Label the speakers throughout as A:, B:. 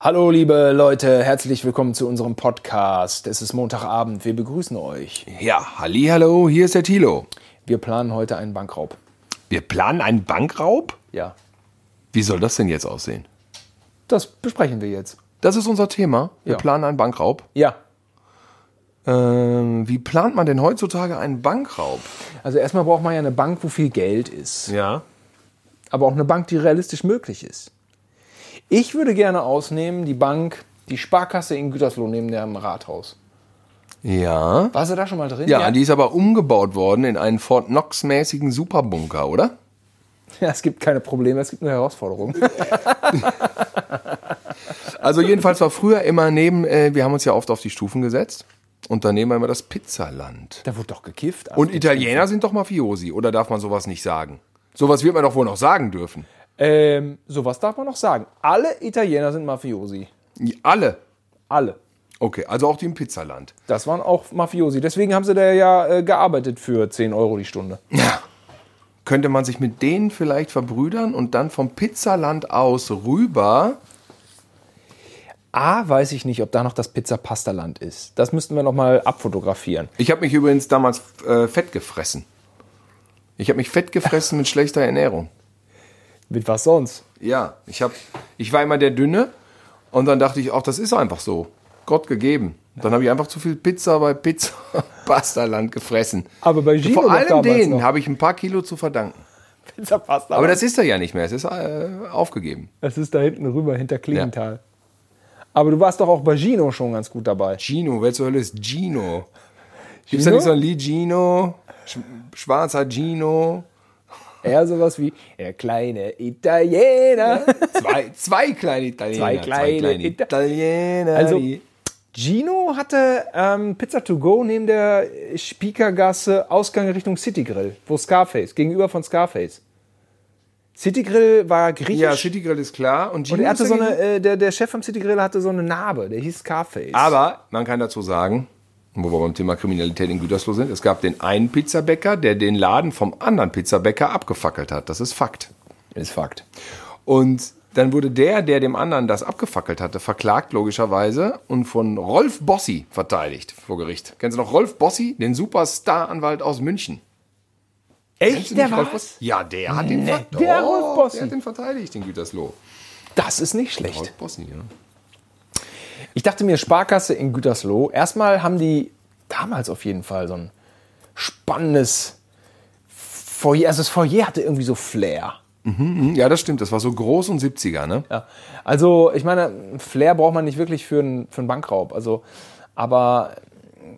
A: Hallo liebe Leute, herzlich willkommen zu unserem Podcast. Es ist Montagabend, wir begrüßen euch.
B: Ja, halli, hallo, hier ist der Thilo.
A: Wir planen heute einen Bankraub.
B: Wir planen einen Bankraub?
A: Ja,
B: Wie soll das denn jetzt aussehen?
A: das besprechen wir jetzt.
B: Das ist unser Thema. Wir
A: Ja.
B: planen einen Bankraub.
A: Ja,
B: Ähm, wie plant man denn heutzutage einen Bankraub?
A: also erstmal braucht man ja eine Bank, wo viel Geld ist.
B: Ja.
A: Aber auch eine Bank, die realistisch möglich ist. Ich würde gerne ausnehmen die Bank, die Sparkasse in Gütersloh neben dem Rathaus.
B: Ja.
A: Warst du da schon mal drin?
B: Ja, die ist aber umgebaut worden in einen Fort Knox-mäßigen Superbunker, oder?
A: ja, es gibt keine Probleme, es gibt nur Herausforderungen.
B: Also jedenfalls war früher immer neben, äh, wir haben uns ja oft auf die Stufen gesetzt. Und daneben war immer das Pizzaland.
A: da wurde doch gekifft.
B: Und Italiener sind doch Mafiosi, oder darf man sowas nicht sagen? Sowas wird man doch wohl noch sagen dürfen.
A: ähm, sowas darf man noch sagen. Alle Italiener sind Mafiosi.
B: Alle.
A: Alle.
B: Okay, also auch die im Pizzaland.
A: Das waren auch Mafiosi. Deswegen haben sie da ja äh, gearbeitet für 10 Euro die Stunde.
B: Könnte man sich mit denen vielleicht verbrüdern und dann vom Pizzaland aus rüber?
A: A, weiß ich nicht, ob da noch das Pizza-Pasta-Land ist. Das müssten wir nochmal abfotografieren.
B: Ich habe mich übrigens damals äh, fett gefressen. Ich habe mich fett gefressen mit schlechter Ernährung.
A: Mit was sonst?
B: Ja, ich, hab, ich war immer der Dünne und dann dachte ich, auch das ist einfach so. Gott gegeben. Dann habe ich einfach zu viel Pizza bei Pizza Pastaland gefressen.
A: Aber bei Gino
B: Vor
A: doch
B: allem
A: damals
B: denen
A: noch.
B: habe ich ein paar Kilo zu verdanken.
A: Pizza-Pasta.
B: Aber das ist er ja nicht mehr. Es ist äh, aufgegeben.
A: das ist da hinten rüber, hinter Klingenthal. Aber du warst doch auch bei Gino schon ganz gut dabei.
B: Gino, wer zur Hölle ist Gino? Gibt's da
A: Gino?
B: nicht so ein Lied Gino? Sch Schwarzer Gino?
A: Eher sowas wie der kleine Italiener.
B: Zwei, zwei kleine Italiener.
A: Zwei kleine Ita-
B: Italiener.
A: Also,
B: die-
A: Gino hatte ähm, Pizza to go neben der Spiekergasse Ausgang Richtung City Grill, wo Scarface, gegenüber von Scarface. City Grill war griechisch.
B: ja, City Grill ist klar. Und Gino
A: und er hatte
B: ist
A: so
B: dagegen-
A: eine, äh, der, der Chef vom City Grill hatte so eine Narbe, der hieß Scarface.
B: Aber man kann dazu sagen, wo wir beim Thema Kriminalität in Gütersloh sind, es gab den einen Pizzabäcker, der den Laden vom anderen Pizzabäcker abgefackelt hat. Das ist Fakt.
A: ist Fakt.
B: Und dann wurde der, der dem anderen das abgefackelt hatte, verklagt logischerweise und von Rolf Bossi verteidigt vor Gericht. Kennst du noch Rolf Bossi, den Superstar-Anwalt aus München? Kennst du
A: Echt, der
B: nicht
A: war
B: Rolf Bossi? Ja, der hat den ver-
A: der
B: Doch,
A: Rolf Bossi.
B: Der hat den verteidigt in Gütersloh.
A: Das ist nicht schlecht.
B: Rolf Bossi, ja.
A: Ich dachte mir, Sparkasse in Gütersloh. Erstmal haben die damals auf jeden Fall so ein spannendes Foyer. Also das Foyer hatte irgendwie so Flair.
B: Mhm, Ja, das stimmt. Das war so groß und 70er, ne?
A: Ja. Also, ich meine, Flair braucht man nicht wirklich für einen, für einen Bankraub. Also, aber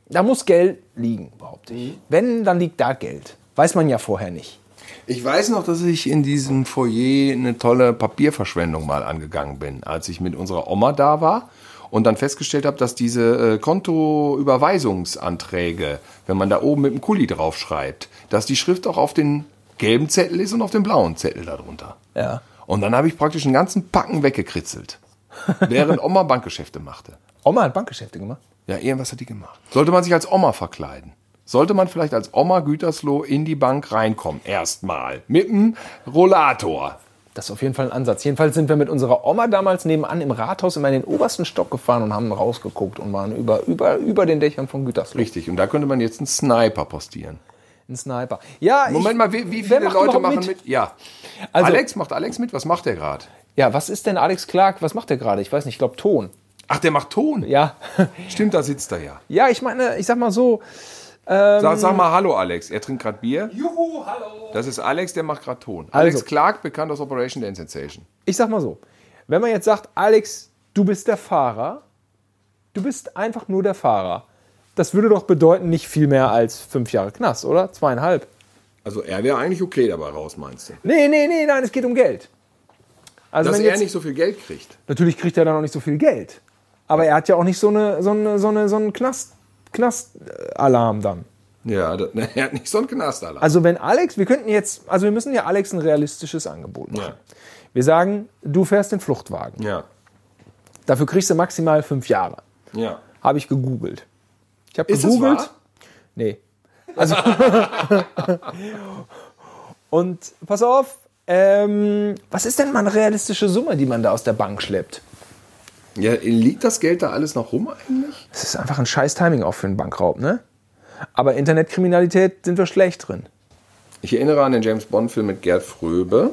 A: da muss Geld liegen, behaupte ich. Wenn, dann liegt da Geld. Weiß man ja vorher nicht.
B: Ich weiß noch, dass ich in diesem Foyer eine tolle Papierverschwendung mal angegangen bin, als ich mit unserer Oma da war und dann festgestellt habe, dass diese äh, Kontoüberweisungsanträge, wenn man da oben mit dem Kuli draufschreibt, dass die Schrift auch auf den gelben Zettel ist und auf dem blauen Zettel darunter.
A: Ja.
B: Und dann habe ich praktisch einen ganzen Packen weggekritzelt, während Oma Bankgeschäfte machte.
A: Oma hat Bankgeschäfte gemacht.
B: Ja, irgendwas hat die gemacht. Sollte man sich als Oma verkleiden? Sollte man vielleicht als Oma Gütersloh in die Bank reinkommen? Erstmal. Mit dem Rollator.
A: Das ist auf jeden Fall ein Ansatz. Jedenfalls sind wir mit unserer Oma damals nebenan im Rathaus immer in den obersten Stock gefahren und haben rausgeguckt und waren über, über, über den Dächern von Gütersloh.
B: Richtig. Und da könnte man jetzt einen Sniper postieren.
A: Ein Sniper. Ja, ich-
B: Moment mal, wie, wie
A: wer
B: viele
A: macht
B: Leute
A: überhaupt
B: machen mit? Ja.
A: Also-
B: Alex, macht Alex mit? Was macht der gerade?
A: Ja, was ist denn Alex Clark? Was macht der gerade? Ich weiß nicht, ich glaube Ton.
B: Ach, der macht Ton.
A: Ja.
B: Stimmt, da sitzt er ja.
A: ja, ich meine, ich sag mal so,
B: Sag, sag mal Hallo, Alex. Er trinkt gerade Bier. Juhu, hallo. Das ist Alex, der macht gerade Ton. Alex
A: Also.
B: Clark, bekannt aus Operation Dance Sensation.
A: ich sag mal so, wenn man jetzt sagt, Alex, du bist der Fahrer, du bist einfach nur der Fahrer. Das würde doch bedeuten, nicht viel mehr als fünf Jahre Knast, oder? Zweieinhalb.
B: Also er wäre eigentlich okay dabei raus, meinst du?
A: Nee, nee, nee, nein, es geht um Geld. Also
B: Dass
A: wenn
B: er
A: jetzt,
B: nicht so viel Geld kriegt.
A: natürlich kriegt er dann auch nicht so viel Geld. Aber er hat ja auch nicht so, eine, so, eine, so, eine, so einen Knast, Knast-Alarm dann.
B: Ja, da- er hat nicht so einen Knastalarm.
A: Also wenn Alex, wir könnten jetzt, also wir müssen ja Alex ein realistisches Angebot
B: Also-
A: machen. Wir sagen, du fährst den Fluchtwagen.
B: Ja,
A: Dafür kriegst du maximal fünf Jahre.
B: ja.
A: Habe ich gegoogelt. Ich habe
B: Ist
A: gegoogelt.
B: das wahr?
A: Nee. Also. Und pass auf, ähm, was ist denn mal eine realistische Summe, die man da aus der Bank schleppt?
B: Ja, liegt das Geld da alles noch rum eigentlich?
A: Es ist einfach ein scheiß Timing auch für einen Bankraub, ne? Aber Internetkriminalität sind wir schlecht drin.
B: Ich erinnere an den James Bond-Film mit Gerd Fröbe.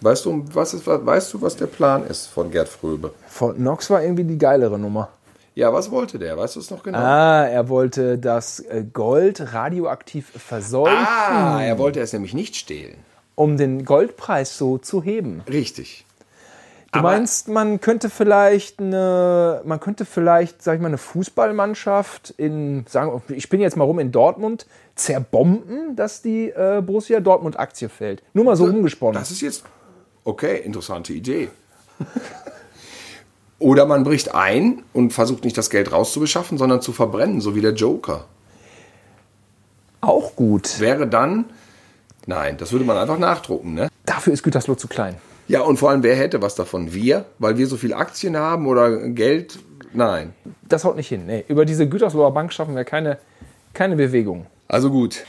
B: Weißt du, um was ist, weißt du, was der Plan ist von Gerd Fröbe?
A: Fort Knox war irgendwie die geilere Nummer.
B: Ja, was wollte der? Weißt du es noch genau?
A: Ah, er wollte das äh, Gold radioaktiv verseuchen,
B: Ah, er wollte es nämlich nicht stehlen.
A: um den Goldpreis so zu heben.
B: Richtig.
A: Du meinst, man könnte vielleicht eine, man könnte vielleicht, sag ich mal, eine Fußballmannschaft in, sagen, wir, ich bin jetzt mal rum in Dortmund, zerbomben, dass die äh, Borussia Dortmund Aktie fällt. Nur mal so rumgesponnen.
B: Das ist jetzt. Okay, interessante Idee. Oder man bricht ein und versucht nicht das Geld rauszubeschaffen, sondern zu verbrennen, so wie der Joker.
A: Auch gut.
B: Wäre dann. Nein, das würde man einfach nachdrucken, ne?
A: Dafür ist Gütersloh zu klein.
B: Ja, und vor allem, wer hätte was davon? Wir? Weil wir so viel Aktien haben oder Geld? Nein.
A: Das haut nicht hin. Nee, über diese Gütersloher Bank schaffen wir keine, keine Bewegung.
B: Also gut.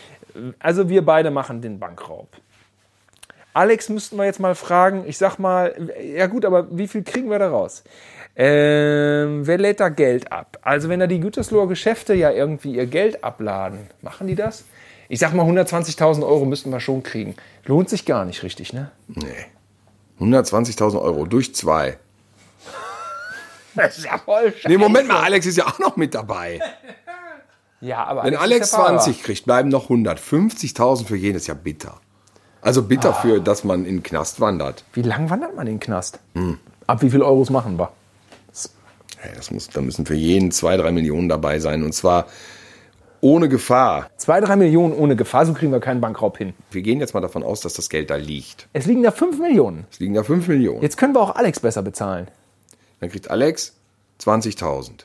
A: Also wir beide machen den Bankraub. Alex müssten wir jetzt mal fragen, ich sag mal, ja gut, aber wie viel kriegen wir da raus? Ähm, wer lädt da Geld ab? Also wenn da die Gütersloher Geschäfte ja irgendwie ihr Geld abladen, machen die das? Ich sag mal, 120.000 Euro müssten wir schon kriegen. Lohnt sich gar nicht richtig, ne?
B: Nee. 120.000 Euro durch zwei.
A: Das ist ja voll
B: Nee, Moment mal, Alex ist ja auch noch mit dabei.
A: Ja, aber
B: Wenn Alex
A: ist der Fahrer.
B: 20 kriegt, bleiben noch 150.000 für jeden, ist ja bitter. Also bitter
A: Ah.
B: für, dass man in den Knast wandert.
A: Wie lang wandert man in den Knast? Ab wie viel Euros machen wir?
B: Hey, Das muss, da müssen für jeden zwei, drei Millionen dabei sein. Und zwar ohne Gefahr.
A: Zwei, drei Millionen ohne Gefahr, so kriegen wir keinen Bankraub hin.
B: Wir gehen jetzt mal davon aus, dass das Geld da liegt.
A: Es liegen da fünf Millionen.
B: Es liegen da fünf Millionen.
A: Jetzt können wir auch Alex besser bezahlen.
B: Dann kriegt Alex 20.000.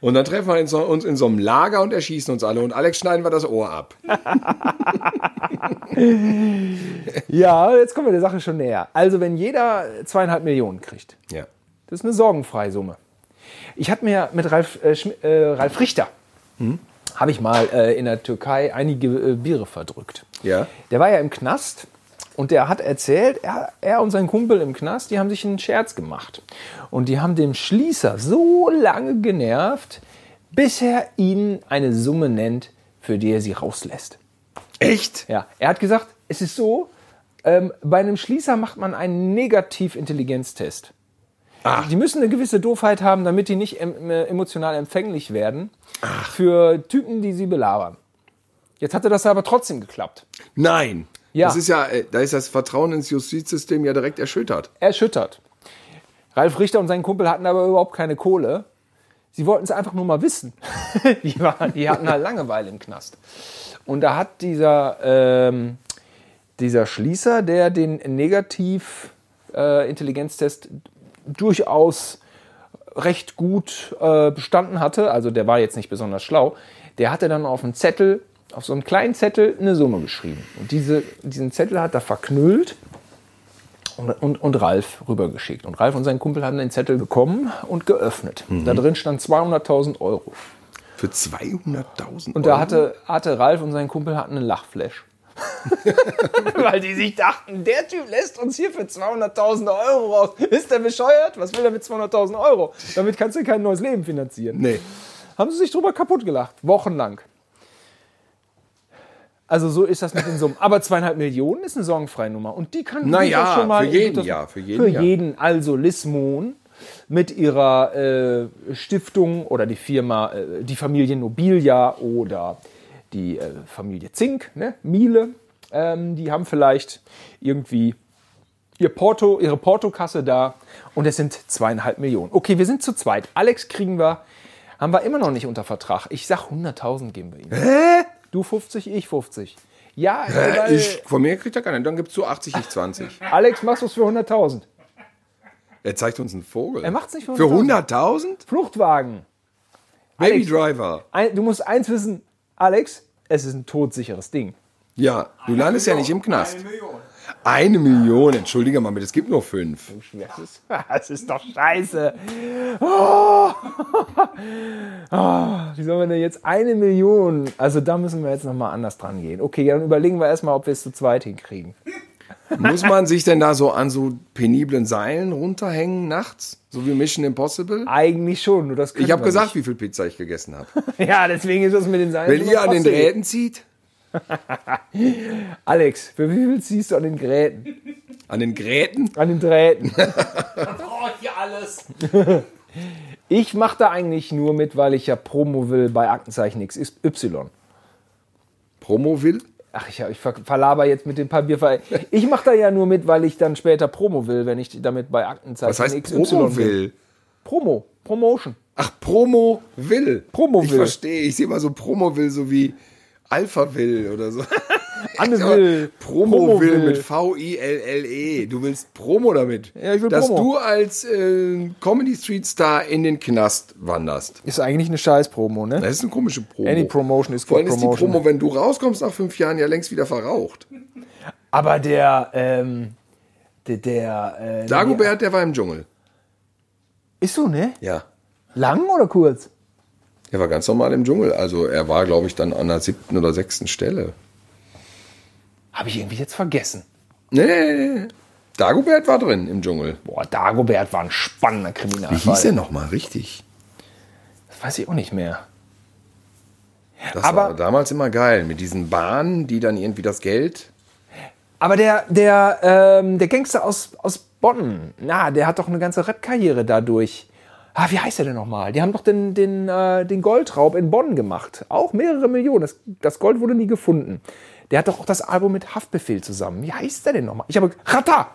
B: und dann treffen wir in so, uns in so einem Lager und erschießen uns alle. Und Alex schneiden wir das Ohr ab.
A: Ja, jetzt kommen wir der Sache schon näher. Also, wenn jeder zweieinhalb Millionen kriegt,
B: Ja.
A: das ist eine sorgenfreie Summe. Ich hatte mir mit Ralf, äh, Schm- äh, Ralf Richter, habe ich mal äh, in der Türkei einige äh, Biere verdrückt.
B: Ja.
A: Der war ja im Knast und der hat erzählt, er, er und sein Kumpel im Knast, die haben sich einen Scherz gemacht. Und die haben dem Schließer so lange genervt, bis er ihnen eine Summe nennt, für die er sie rauslässt.
B: Echt?
A: Ja, er hat gesagt, es ist so, ähm, bei einem Schließer macht man einen Negativintelligenztest.
B: Ach.
A: Die müssen eine gewisse Doofheit haben, damit die nicht em äh, emotional empfänglich werden für Typen, die sie belabern. Jetzt hatte das aber trotzdem geklappt.
B: Nein.
A: Ja.
B: Das ist ja, äh, da ist das Vertrauen ins Justizsystem ja direkt erschüttert.
A: Erschüttert. Ralf Richter und sein Kumpel hatten aber überhaupt keine Kohle. Sie wollten es einfach nur mal wissen. die, waren, die hatten halt Langeweile im Knast. Und da hat dieser, ähm, dieser Schließer, der den Negativ-Intelligenztest durchaus recht gut äh, bestanden hatte, also der war jetzt nicht besonders schlau, der hatte dann auf einen Zettel, auf so einen kleinen Zettel eine Summe geschrieben. Und diese, diesen Zettel hat er verknüllt und, und, und Ralf rübergeschickt. Und Ralf und sein Kumpel haben den Zettel bekommen und geöffnet. Da drin stand 200.000 Euro.
B: Für 200.000
A: Und da hatte, hatte Ralf und sein Kumpel hatten einen Lachflash. Weil die sich dachten, der Typ lässt uns hier für 200.000 Euro raus. Ist der bescheuert? Was will er mit 200.000 Euro? Damit kannst du kein neues Leben finanzieren.
B: Nee.
A: Haben sie sich drüber kaputt gelacht, wochenlang. Also so ist das mit den Summen. Aber zweieinhalb Millionen ist eine sorgenfreie Nummer. Und die kann
B: Na ja,
A: durchaus schon mal
B: für jeden,
A: das-
B: ja, für jeden, ja.
A: jeden. Also Liz Moon mit ihrer äh, Stiftung oder die Firma, äh, die Familie Nobilia oder die äh, Familie Zink, ne? Miele, ähm, die haben vielleicht irgendwie ihr Porto, ihre Portokasse da und es sind zweieinhalb Millionen. Okay, wir sind zu zweit. Alex kriegen wir, haben wir immer noch nicht unter Vertrag. Ich sag 100.000 geben wir ihm. Hä? Du 50, ich 50. Ja, also weil-
B: Äh, Ich, von mir kriegt er keiner. Dann gibst du 80, ich 20.
A: Alex, machst du es für 100.000?
B: Er zeigt uns einen Vogel.
A: Er macht's nicht für
B: Für 100.000?
A: Fluchtwagen.
B: Baby Driver.
A: Ein, du musst eins wissen, Alex, es ist ein todsicheres Ding.
B: Ja, du landest ja nicht im Knast. Eine Million. Eine Million, entschuldige mal bitte, es gibt nur fünf.
A: Das ist, das ist doch scheiße. Oh. Ah, wie sollen wir denn jetzt eine Million? Also da müssen wir jetzt nochmal anders dran gehen. Okay, dann überlegen wir erstmal, ob wir es zu zweit hinkriegen.
B: Muss man sich denn da so an so peniblen Seilen runterhängen nachts? So wie Mission Impossible?
A: Eigentlich schon, nur das können
B: Ich habe
A: wir
B: gesagt, wie viel Pizza ich gegessen habe.
A: Nicht. Ja, deswegen ist das mit den Seilen.
B: Wenn
A: so
B: ihr an den
A: passig.
B: Drähten zieht,
A: Alex, für wie viel ziehst du an den Gräten?
B: an den Gräten,
A: An den Drähten.
C: Oh, hier alles.
A: Ich mache da eigentlich nur mit, weil ich ja Promo will bei Aktenzeichen XY.
B: Promo will,
A: Ach, ich, ich ver verlaber jetzt mit dem Papierverein. Ich mache da ja nur mit, weil ich dann später Promo will, wenn ich damit bei Aktenzeichen
B: was heißt
A: XY
B: Promo
A: bin.
B: will?
A: Promo, Promotion.
B: Ach, Promo will.
A: Promo
B: ich
A: will.
B: verstehe, ich sehe mal so Promo will, so wie Alpha will oder so.
A: Anne
B: Aber
A: will.
B: Promo,
A: Promo
B: will,
A: will.
B: mit V-I-L-L-E. E. Du willst Promo damit.
A: Ja, ich will
B: dass
A: Promo.
B: du als äh, Comedy Street Star in den Knast wanderst.
A: Ist eigentlich eine Scheiß-Promo, ne?
B: Das ist eine komische Promo.
A: Any promotion is
B: Vor
A: good
B: allem ist die
A: promotion.
B: Promo, wenn du rauskommst nach fünf Jahren, ja längst wieder verraucht.
A: Aber der, ähm, der, der, äh,
B: Dagobert, der war im Dschungel.
A: ist so, ne?
B: Ja.
A: Lang oder kurz?
B: Er war ganz normal im Dschungel. Also er war, glaube ich, dann an der siebten oder sechsten Stelle.
A: Habe ich irgendwie jetzt vergessen.
B: Nee, nee, nee. Dagobert war drin im Dschungel.
A: Boah, Dagobert war ein spannender Kriminalfall.
B: Wie hieß er nochmal richtig?
A: Das weiß ich auch nicht mehr.
B: Das
A: Aber-
B: war damals immer geil. Mit diesen Bahnen, die dann irgendwie das Geld
A: Aber der, der, ähm, der Gangster aus, aus Bonn, na, der hat doch eine ganze Rap-Karriere dadurch. Ah, wie heißt er denn nochmal? Die haben doch den, den, äh, den Goldraub in Bonn gemacht. Auch mehrere Millionen. Das, das Gold wurde nie gefunden. Der hat doch auch das Album mit Haftbefehl zusammen. Wie heißt der denn nochmal? Ich habe. Rata!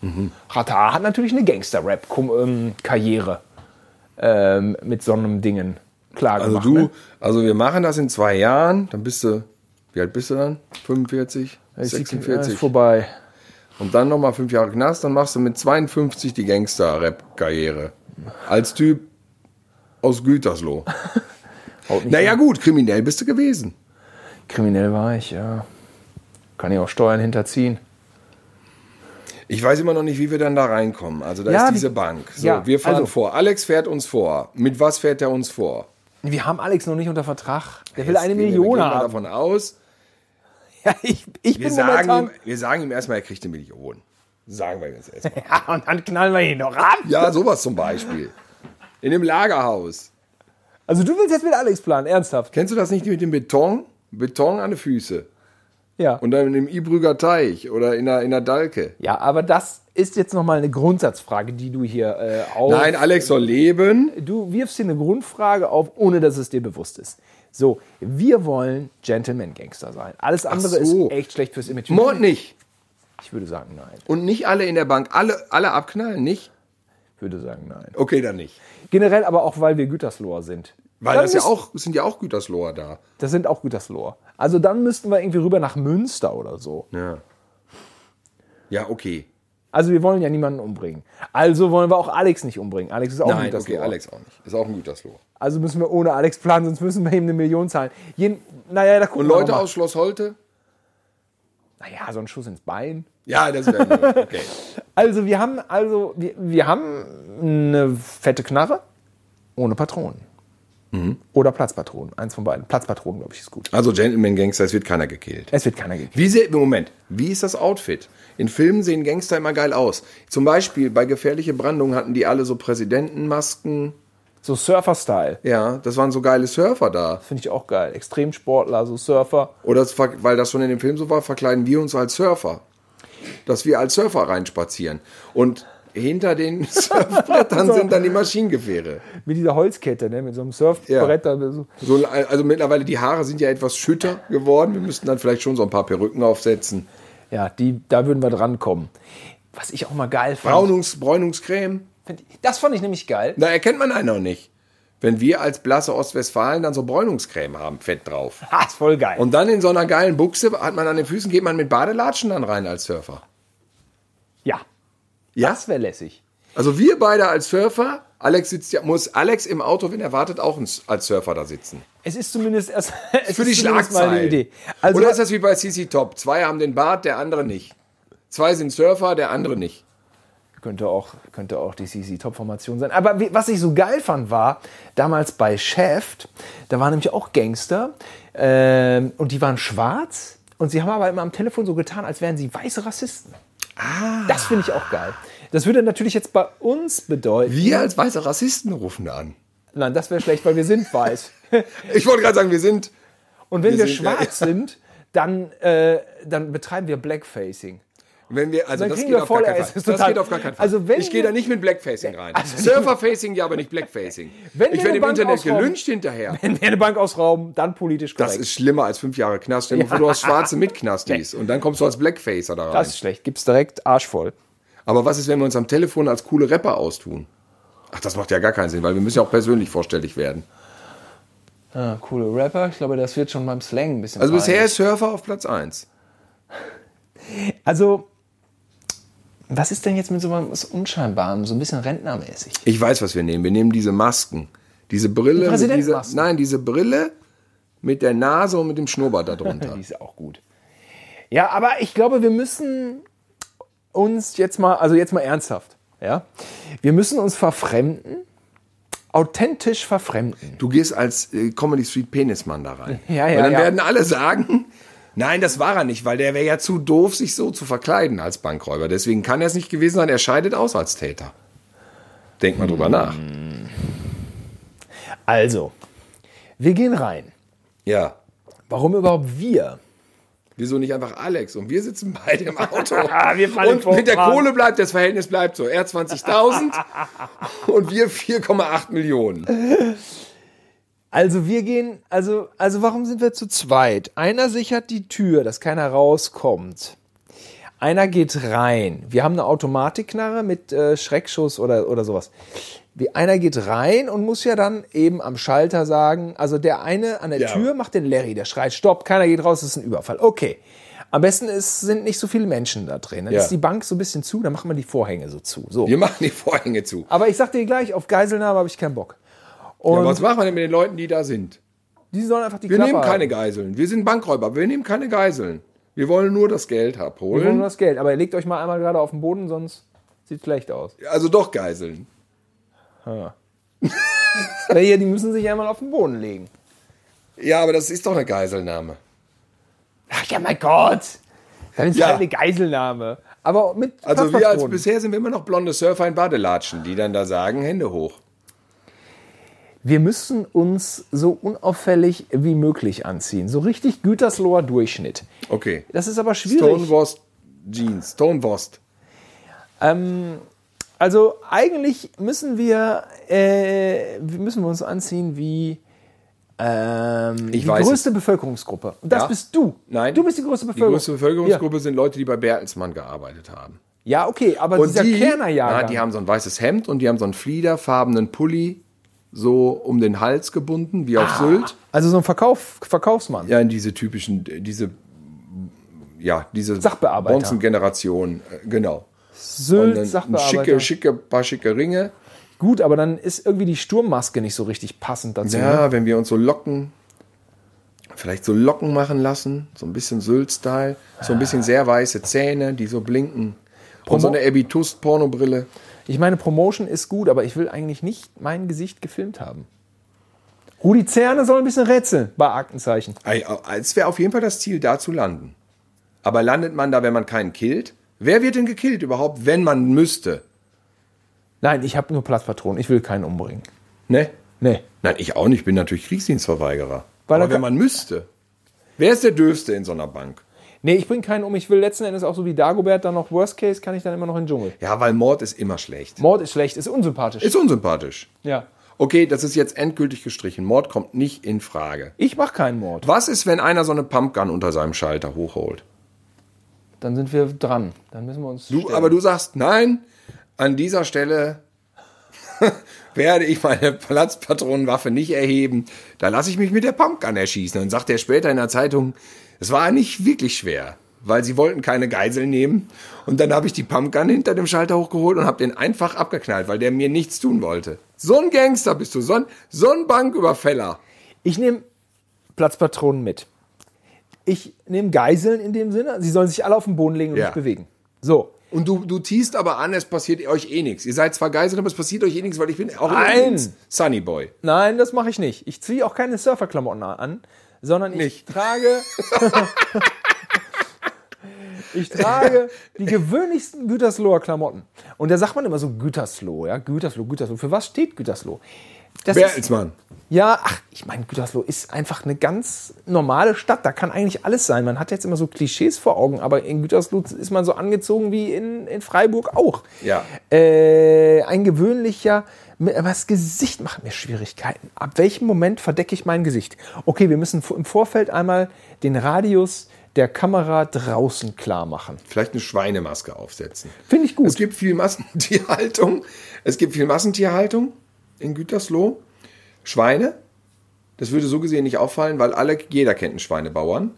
B: Mhm.
A: Rata hat natürlich eine Gangster-Rap-Karriere. Ähm, mit so einem Dingen. Klar
B: Also
A: gemacht.
B: du,
A: ne?
B: also wir machen das in zwei Jahren, dann bist du, wie alt bist du dann? 45,
A: Ist die- äh, Ist
B: 46.
A: vorbei.
B: Und dann nochmal fünf Jahre Knast, dann machst du mit 52 die Gangster-Rap-Karriere. Als Typ aus Gütersloh.
A: Haut nicht
B: Naja gut, kriminell bist du gewesen.
A: Kriminell war ich, ja. Kann ich auch Steuern hinterziehen.
B: Ich weiß immer noch nicht, wie wir dann da reinkommen. Also da
A: Ja,
B: ist
A: wie-
B: diese Bank. So,
A: ja,
B: wir fahren
A: also-
B: vor. Alex fährt uns vor. Mit was fährt er uns vor?
A: Wir haben Alex noch nicht unter Vertrag. Der will
B: Jetzt
A: eine
B: gehen wir- wir
A: Million
B: gehen mal
A: haben.
B: davon aus.
A: Ja, ich ich
B: Wir
A: bin
B: sagen, ihm,
A: momentan.
B: wir sagen ihm erstmal, er kriegt eine Million. Sagen wir ihm jetzt erstmal.
A: Ja, und dann knallen wir ihn noch ab.
B: Ja, sowas zum Beispiel. In dem Lagerhaus.
A: Also du willst jetzt mit Alex planen, ernsthaft.
B: Kennst du das nicht mit dem Beton? Beton an den Füße.
A: Ja.
B: Und dann im Ibrüger Teich oder in der, in der Dalke.
A: ja, aber das ist jetzt nochmal eine Grundsatzfrage, die du hier äh, auf.
B: Nein, Alex soll leben.
A: Du wirfst hier eine Grundfrage auf, ohne dass es dir bewusst ist. So, wir wollen Gentleman-Gangster sein. Alles andere
B: so.
A: ist echt schlecht fürs Image.
B: Mord nicht.
A: Ich würde sagen, nein.
B: Und nicht alle in der Bank. Alle, alle abknallen, nicht?
A: Ich würde sagen, nein.
B: Okay, dann nicht.
A: Generell aber auch, weil wir Gütersloher sind.
B: Weil
A: Dann
B: das ja
A: müssen-
B: auch, sind ja auch Gütersloher da.
A: Das sind auch Gütersloher. Also dann müssten wir irgendwie rüber nach Münster oder so.
B: Ja. Ja, okay.
A: Also wir wollen ja niemanden umbringen. Also wollen wir auch Alex nicht umbringen. Alex ist auch ein
B: Nein, okay,
A: Gütersloher.
B: Alex auch nicht. Ist auch ein Gütersloher.
A: Also müssen wir ohne Alex planen, sonst müssen wir ihm eine Million zahlen. Jeden, naja, da gucken
B: Und Leute
A: wir mal.
B: aus Schloss Holte?
A: Naja, so ein Schuss ins Bein.
B: Ja, das wäre nur. Okay.
A: Also wir haben, also wir, wir haben eine fette Knarre ohne Patronen.
B: Mhm.
A: Oder Platzpatronen. Eins von beiden. Platzpatronen, glaube ich, ist gut.
B: Also Gentleman Gangster, es wird keiner gekillt.
A: Es wird keiner gekillt.
B: Wie sieht, Moment, wie ist das Outfit? In Filmen sehen Gangster immer geil aus. Zum Beispiel bei Gefährliche Brandung hatten die alle so Präsidentenmasken.
A: So Surfer-Style.
B: Ja, das waren so geile Surfer da.
A: Finde ich auch geil. Extremsportler, so Surfer.
B: Oder es ver- weil das schon in dem Film so war, verkleiden wir uns als Surfer. Dass wir als Surfer reinspazieren. Und hinter den Surfblättern sind dann die Maschinengewehre.
A: Mit dieser Holzkette, ne? mit so einem Surfbrett. da So.
B: So, also mittlerweile, die Haare sind ja etwas schütter geworden. Wir müssten dann vielleicht schon so ein paar Perücken aufsetzen.
A: Ja, die, da würden wir drankommen. Was ich auch mal geil fand.
B: Braunungs, Bräunungscreme.
A: Find ich- Das fand ich nämlich geil.
B: Da erkennt man einen noch nicht. Wenn wir als blasse Ostwestfalen dann so Bräunungscreme haben, fett drauf.
A: Ah, ist voll geil.
B: Und dann in so einer geilen Buchse hat man an den Füßen, geht man mit Badelatschen dann rein als Surfer.
A: ja,
B: Ja?
A: das wäre lässig.
B: Also wir beide als Surfer, Alex sitzt ja, muss Alex im Auto, wenn er wartet, auch ins- als Surfer da sitzen.
A: Es ist zumindest erst es
B: Für die
A: ist zumindest mal
B: Schlagzeilen.
A: eine Idee. Also
B: Oder ist das wie bei CC Top? Zwei haben den Bart, der andere nicht. Zwei sind Surfer, der andere nicht.
A: könnte auch könnte auch die CC Top Formation sein. Aber wie- was ich so geil fand war damals bei Shaft, da waren nämlich auch Gangster ähm, und die waren schwarz Und sie haben aber immer am Telefon so getan, als wären sie weiße Rassisten. Ah. Das finde ich auch geil. Das würde natürlich jetzt bei uns bedeuten.
B: Wir als weiße Rassisten rufen da an.
A: Nein, das wäre schlecht, weil wir sind weiß.
B: Ich wollte gerade sagen, wir sind.
A: Und wenn wir,
B: Wir sind-
A: schwarz sind, dann, äh, dann betreiben wir Blackfacing.
B: Wenn wir, also
A: Dann
B: das
A: kriegen
B: geht,
A: wir
B: auf gar
A: voll-
B: keinen
A: es
B: Fall.
A: ist
B: das
A: total-
B: geht auf gar keinen Fall.
A: Also wenn
B: ich gehe da
A: wir-
B: nicht mit Blackfacing rein.
A: Also-
B: Surferfacing, ja, aber nicht Blackfacing.
A: Wenn wir
B: ich
A: eine
B: werde im
A: Bank
B: Internet
A: ausrauben-
B: gelünscht hinterher.
A: Wenn wir eine Bank ausrauben, dann politisch korrekt.
B: Das ist schlimmer als fünf Jahre Knast. Stell dir vor, du hast Schwarze mit Knastis und dann kommst du als Blackfacer da rein.
A: Das ist schlecht. Gibt's direkt arschvoll.
B: Aber was ist, wenn wir uns am Telefon als coole Rapper austun? Ach, das macht ja gar keinen Sinn, weil wir müssen ja auch persönlich vorstellig werden.
A: Ah, coole Rapper. Ich glaube, das wird schon beim Slang ein bisschen.
B: Also bisher
A: peinlich.
B: ist Surfer auf Platz 1.
A: Also, was ist denn jetzt mit so was Unscheinbaren, so ein bisschen rentnermäßig?
B: Ich weiß, was wir nehmen. Wir nehmen diese Masken. Diese
A: Die
B: Brille. mit dieser,
A: Präsidentenmasken.
B: nein, diese Brille mit der Nase und mit dem Schnurrbart darunter.
A: Die ist auch gut. Ja, aber ich glaube, wir müssen uns jetzt mal, also jetzt mal ernsthaft, ja, wir müssen uns verfremden, authentisch verfremden.
B: Du gehst als äh, Comedy Street Penismann da rein.
A: Ja, ja,
B: Und dann
A: ja.
B: werden alle sagen, nein, das war er nicht, weil der wäre ja zu doof, sich so zu verkleiden als Bankräuber. Deswegen kann er es nicht gewesen sein, er scheidet aus als Täter. Denk mal
A: Hm.
B: drüber nach.
A: Also, wir gehen rein.
B: Ja.
A: Warum überhaupt wir?
B: Wieso nicht einfach Alex? Und wir sitzen beide im Auto.
A: Ah, Wir fallen
B: und mit der
A: vorn.
B: Kohle bleibt, das Verhältnis bleibt so. Er 20.000 und wir 4,8 Millionen.
A: Also wir gehen, also, also warum sind wir zu zweit? Einer sichert die Tür, dass keiner rauskommt. Einer geht rein. Wir haben eine Automatikknarre mit äh, Schreckschuss oder, oder sowas. Wie, einer geht rein und muss ja dann eben am Schalter sagen, also der eine an der
B: Ja.
A: Tür macht den Larry, der schreit, stopp, keiner geht raus, das ist ein Überfall. Okay. Am besten ist, sind nicht so viele Menschen da drin. Dann
B: Ja.
A: ist die Bank so ein bisschen zu, dann machen wir die Vorhänge so zu. So.
B: Wir machen die Vorhänge zu.
A: Aber ich sag dir gleich, auf Geiselnahme habe ich keinen Bock.
B: Und
A: Und
B: was machen wir denn mit den Leuten, die da sind?
A: die sollen einfach die
B: Wir
A: Klappe
B: nehmen
A: halten.
B: keine Geiseln. Wir sind Bankräuber. Wir nehmen keine Geiseln. Wir wollen nur das Geld
A: Wir wollen nur
B: abholen.
A: das Geld. Aber legt euch mal einmal gerade auf den Boden, sonst sieht schlecht aus.
B: Also doch Geiseln.
A: Na hier, die müssen sich einmal auf den Boden legen.
B: Ja, aber das ist doch eine Geiselnahme.
A: Ach ja, mein Gott. Dann ist
B: Ja.
A: halt eine Geiselnahme. Aber mit
B: Also wir als
A: Pfefferkronen.
B: bisher sind wir immer noch blonde Surfer in Badelatschen, die dann da sagen, Hände hoch.
A: wir müssen uns so unauffällig wie möglich anziehen. So richtig Gütersloher Durchschnitt.
B: Okay.
A: Das ist aber schwierig.
B: Stonewast Jeans. Stonewast.
A: Ähm, also eigentlich müssen wir, äh, müssen wir uns anziehen wie ähm,
B: Ich
A: die
B: weiß
A: größte Bevölkerungsgruppe. Und das
B: Ja.
A: bist du.
B: Nein.
A: Du bist die größte
B: Die
A: Bevölkerung.
B: größte Bevölkerungsgruppe sind Leute, die bei Bertelsmann gearbeitet haben.
A: Ja, okay, aber dieser
B: die,
A: Kernerjahrgang.
B: na, die haben so ein weißes Hemd und die haben so einen fliederfarbenen Pulli so um den Hals gebunden, wie auf Sylt.
A: also so ein Verkauf, Verkaufsmann.
B: Ja, in diese typischen, diese, ja, diese
A: Sachbearbeiter.
B: Bonzengeneration, äh, genau. Und
A: Sylt,
B: dann ein
A: Sachbearbeiter.
B: schicke, schicke, paar schicke Ringe.
A: Gut, aber dann ist irgendwie die Sturmmaske nicht so richtig passend dazu. ne?
B: Ja, wenn wir uns so locken, vielleicht so Locken machen lassen, so ein bisschen Sylt-Style, so ein bisschen sehr weiße Zähne, die so blinken. Und so eine Abitust-Pornobrille.
A: Ich meine, Promotion ist gut, aber ich will eigentlich nicht mein Gesicht gefilmt haben. Rudi Zerne soll ein bisschen rätseln bei Aktenzeichen.
B: Ei, au- Es wäre auf jeden Fall das Ziel, da zu landen. Aber landet man da, wenn man keinen killt? Wer wird denn gekillt überhaupt, wenn man müsste?
A: Nein, ich habe nur Platzpatronen. Ich will keinen umbringen.
B: Ne?
A: Nee.
B: Nein, ich auch nicht. Ich bin natürlich Kriegsdienstverweigerer.
A: Weil er
B: Aber wenn
A: kann-
B: man müsste. Wer ist der Dürfste in so einer Bank?
A: Nee, ich bringe keinen um. Ich will letzten Endes auch so wie Dagobert dann noch Worst Case, kann ich dann immer noch in den Dschungel.
B: Ja, weil Mord ist immer schlecht.
A: Mord ist schlecht, ist unsympathisch.
B: Ist unsympathisch.
A: ja.
B: Okay, das ist jetzt endgültig gestrichen. Mord kommt nicht in Frage.
A: Ich mache keinen Mord.
B: Was ist, wenn einer so eine Pumpgun unter seinem Schalter hochholt?
A: Dann sind wir dran. Dann müssen wir uns.
B: Du, aber du sagst, nein, an dieser Stelle werde ich meine Platzpatronenwaffe nicht erheben. Da lasse ich mich mit der Pumpgun erschießen. Dann sagt er später in der Zeitung, es war nicht wirklich schwer, weil sie wollten keine Geisel nehmen. Und dann habe ich die Pumpgun hinter dem Schalter hochgeholt und habe den einfach abgeknallt, weil der mir nichts tun wollte. So ein Gangster bist du, so ein, so ein Banküberfäller.
A: Ich nehme Platzpatronen mit. Ich nehme Geiseln in dem Sinne. Sie sollen sich alle auf den Boden legen und
B: Ja.
A: nicht bewegen. So.
B: Und du, du tiest aber an, es passiert euch eh nichts. Ihr seid zwar Geiseln, aber es passiert euch eh nichts, weil ich bin auch
A: Nein.
B: übrigens Sunny Boy.
A: Nein, das mache ich nicht. Ich ziehe auch keine Surferklamotten an, sondern ich
B: Nicht.
A: trage. Ich trage die gewöhnlichsten Gütersloher Klamotten. Und da sagt man immer so Gütersloh, ja, Gütersloh, Gütersloh. Für was steht Gütersloh? Das ist,
B: Bertelsmann.
A: ja, ach, ich meine, Gütersloh ist einfach eine ganz normale Stadt. Da kann eigentlich alles sein. Man hat jetzt immer so Klischees vor Augen, aber in Gütersloh ist man so angezogen wie in, in Freiburg auch.
B: Ja.
A: Äh, ein gewöhnlicher, aber das Gesicht macht mir Schwierigkeiten. Ab welchem Moment verdecke ich mein Gesicht? Okay, wir müssen im Vorfeld einmal den Radius der Kamera draußen klar machen.
B: Vielleicht eine Schweinemaske aufsetzen.
A: Finde ich
B: Es
A: gut.
B: gibt viel Massentierhaltung. Es gibt viel Massentierhaltung in Gütersloh. Schweine. Das würde so gesehen nicht auffallen, weil alle, jeder kennt einen Schweinebauern.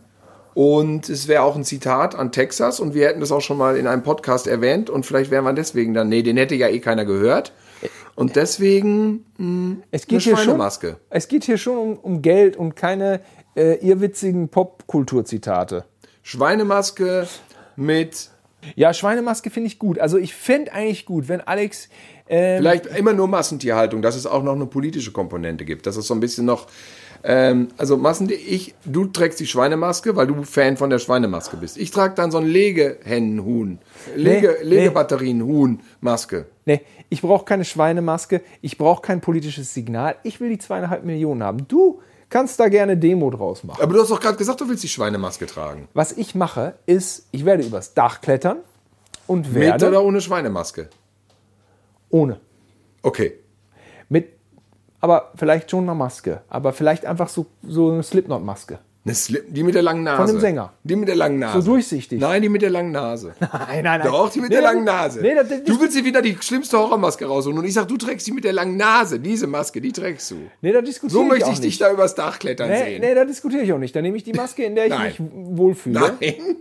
B: Und es wäre auch ein Zitat an Texas und wir hätten das auch schon mal in einem Podcast erwähnt und vielleicht wäre man deswegen dann, nee, den hätte ja eh keiner gehört. Und deswegen
A: Es
B: eine
A: geht, hier schon,
B: Schweinemaske.
A: es geht hier schon um, um Geld und keine äh, irrwitzigen Popkulturzitate.
B: Schweinemaske mit
A: Ja, Schweinemaske finde ich gut. Also ich fände eigentlich gut, wenn Alex. Ähm,
B: Vielleicht immer nur Massentierhaltung, dass es auch noch eine politische Komponente gibt. Dass es so ein bisschen noch. Ähm, also Massentier, ich, du trägst die Schweinemaske, weil du Fan von der Schweinemaske bist. Ich trage dann so ein Legehennenhuhn. Lege,
A: Nee, nee.
B: Legebatterien-Huhn-Maske.
A: nee, ich brauche keine Schweinemaske, ich brauche kein politisches Signal. Ich will die zweieinhalb Millionen haben. Du kannst da gerne Demo draus machen.
B: Aber du hast doch gerade gesagt, du willst die Schweinemaske tragen.
A: Was ich mache, ist, ich werde übers Dach klettern und
B: Mit
A: werde
B: oder ohne Schweinemaske?
A: ohne.
B: Okay.
A: Mit, aber vielleicht schon eine Maske. Aber vielleicht einfach so, so eine Slipknot-Maske.
B: Eine Slip, die mit der langen Nase.
A: dem Sänger.
B: Die mit der langen Nase.
A: So durchsichtig.
B: Nein, die mit der langen Nase.
A: Nein, nein, nein.
B: Doch, die mit
A: Nee,
B: der
A: das-
B: langen Nase.
A: Nee, das, das,
B: du willst dir wieder die schlimmste Horrormaske rausholen und ich sag, du trägst die mit der langen Nase. Diese Maske, die trägst du.
A: nee, das diskutiere
B: So möchte
A: auch
B: ich
A: nicht.
B: dich da übers Dach klettern
A: Nee,
B: sehen.
A: nee, da diskutiere ich auch nicht. Da nehme ich die Maske, in der ich
B: Nein.
A: mich wohlfühle.
B: Nein.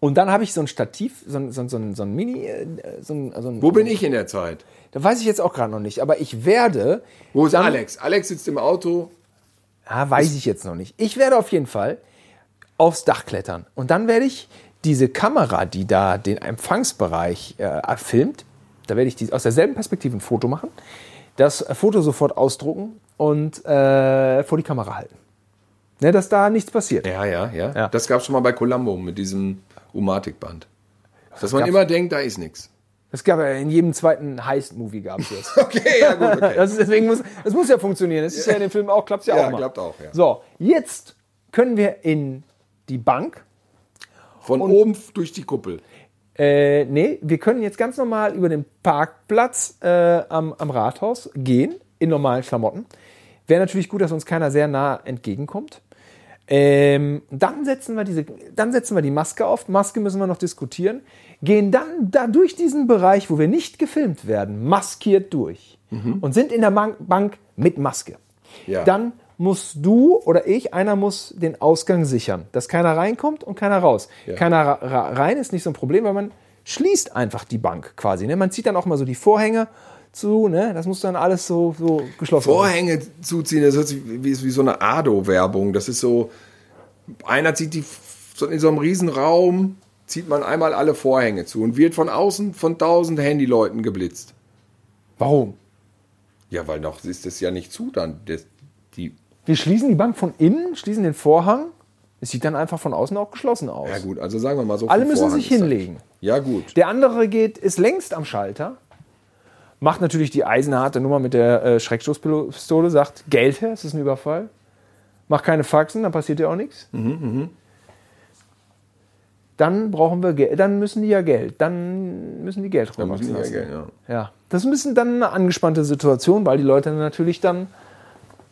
A: Und dann habe ich so ein Stativ, so ein, so ein, so ein, so ein Mini, äh, so ein, so ein,
B: Wo bin ich in der Zeit?
A: da weiß ich jetzt auch gerade noch nicht, aber ich werde,
B: Wo ist
A: Dann-
B: Alex? Alex sitzt im Auto.
A: ah, weiß ich jetzt noch nicht, ich werde auf jeden Fall aufs Dach klettern und dann werde ich diese Kamera, die da den Empfangsbereich äh, filmt, da werde ich die, aus derselben Perspektive ein Foto machen, das Foto sofort ausdrucken und äh, vor die Kamera halten. Ne, dass da nichts passiert.
B: Ja, ja, ja.
A: Ja.
B: Das gab es schon mal bei Columbo mit diesem Umatikband. Dass man
A: gab's-
B: immer denkt, da ist nichts.
A: Es gab ja in jedem zweiten Heist-Movie gab es das.
B: Okay, ja gut, okay.
A: Das, ist, deswegen muss, das muss ja funktionieren. Das ist ja in dem Film auch, klappt ja,
B: Ja,
A: auch mal.
B: klappt auch, ja.
A: So, jetzt können wir in die Bank.
B: Von oben f- durch die Kuppel.
A: Äh, nee, wir können jetzt ganz normal über den Parkplatz äh, am, am Rathaus gehen, in normalen Klamotten. Wäre natürlich gut, dass uns keiner sehr nah entgegenkommt. Ähm, dann, setzen wir diese, dann setzen wir die Maske auf. Maske müssen wir noch diskutieren. Gehen dann da durch diesen Bereich, wo wir nicht gefilmt werden, maskiert durch. Und sind in der Bank, Bank mit Maske.
B: Ja.
A: Dann musst du oder ich, einer muss den Ausgang sichern, dass keiner reinkommt und keiner raus. Keiner ra ra rein ist nicht so ein Problem, weil man schließt einfach die Bank quasi. Ne? Man zieht dann auch mal so die Vorhänge zu, ne? das muss dann alles so, so geschlossen werden.
B: Vorhänge zuziehen, das hört sich wie, wie wie so eine Ado-Werbung. Das ist so, einer zieht die, f- so in so einem Riesenraum zieht man einmal alle Vorhänge zu und wird von außen von tausend Handyleuten geblitzt.
A: Warum?
B: Ja, weil noch ist das ja nicht zu, dann das, die
A: Wir schließen die Bank von innen, schließen den Vorhang. Es sieht dann einfach von außen auch geschlossen aus.
B: Ja gut, also sagen wir mal so.
A: Alle
B: viel
A: müssen
B: Vorhang
A: sich
B: ist da.
A: hinlegen.
B: Ja gut.
A: Der andere geht, ist längst am Schalter, macht natürlich die eisenharte Nummer mit der äh, Schreckstoßpistole, sagt, Geld her, es ist ein Überfall. Mach keine Faxen, dann passiert dir auch nichts. mhm. Dann brauchen wir Geld, dann müssen die ja Geld, dann müssen die Geld
B: Muss
A: rübermachen
B: ich
A: lassen.
B: regeln, ja.
A: Ja, das ist ein bisschen dann eine angespannte Situation, weil die Leute natürlich dann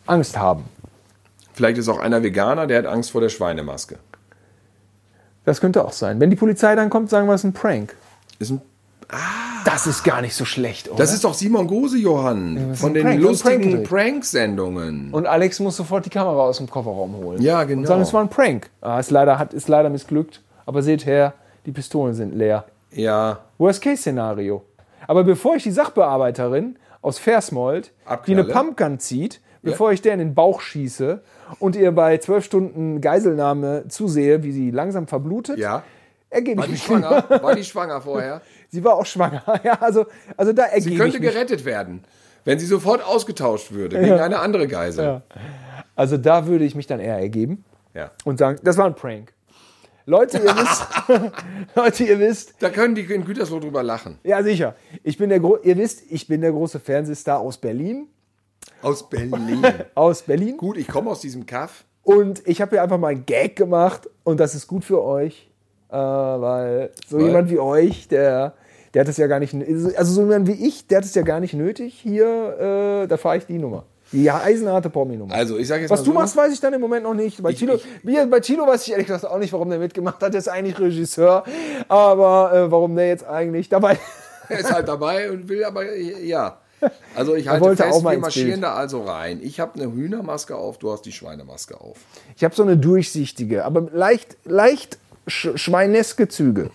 A: Angst haben.
B: Vielleicht ist auch einer Veganer, der hat Angst vor der Schweinemaske.
A: Das könnte auch sein. Wenn die Polizei dann kommt, sagen wir, es ist ein Prank.
B: Ist ein,
A: Das ist gar nicht so schlecht, oder?
B: das ist doch Simon Gose, Johann,
A: ist
B: von
A: ein
B: den
A: Prank, so ein
B: lustigen
A: Prank-Trick.
B: Prank-Sendungen.
A: und Alex muss sofort die Kamera aus dem Kofferraum holen.
B: Ja, genau.
A: Und sagen, es war ein Prank. Ah, ist leider, hat, ist leider missglückt. Aber seht her, die Pistolen sind leer.
B: Ja,
A: Worst-Case-Szenario. Aber bevor ich die Sachbearbeiterin aus Versmold, die eine
B: Abknalle.
A: Pumpgun zieht, bevor ich der in den Bauch schieße und ihr bei zwölf Stunden Geiselnahme zusehe, wie sie langsam verblutet,
B: ja.
A: ergebe
B: War
A: ich
B: die
A: mich.
B: schwanger? War die schwanger vorher?
A: Sie war auch schwanger. Ja, also, also da ergebe
B: Sie
A: ich
B: könnte
A: mich.
B: gerettet werden, wenn sie sofort ausgetauscht würde gegen eine andere Geisel.
A: Also da würde ich mich dann eher ergeben
B: Ja.
A: und sagen, das war ein Prank. Leute, ihr wisst, Leute, ihr wisst,
B: Da können die in Gütersloh drüber lachen.
A: ja sicher. Ich bin der Gro ihr wisst, ich bin der große Fernsehstar aus Berlin,
B: Aus Berlin.
A: aus Berlin.
B: Gut, ich komme aus diesem Kaff.
A: Und ich habe hier einfach mal einen Gag gemacht und das ist gut für euch, äh, weil so
B: Weil?
A: jemand wie euch, der, der hat es ja gar nicht, nö- also so jemand wie ich, der hat es ja gar nicht nötig. Hier, äh, da fahre ich die Nummer. Die eisenharte Promi-Nummer.
B: Also, ich sage jetzt
A: Was
B: mal
A: du
B: so,
A: machst, weiß ich dann im Moment noch nicht. Bei Chilo, mir- bei Chilo weiß ich ehrlich gesagt auch nicht, warum der mitgemacht hat. Der ist eigentlich Regisseur. Aber äh, warum der jetzt eigentlich dabei.
B: Er ist halt dabei und will aber, ja. Also ich halte
A: wollte
B: fest,
A: auch mal
B: wir
A: ins
B: marschieren
A: Bild.
B: da also rein. Ich habe eine Hühnermaske auf, du hast die Schweinemaske auf.
A: Ich habe so eine durchsichtige, aber leicht, leicht sch schweineske Züge.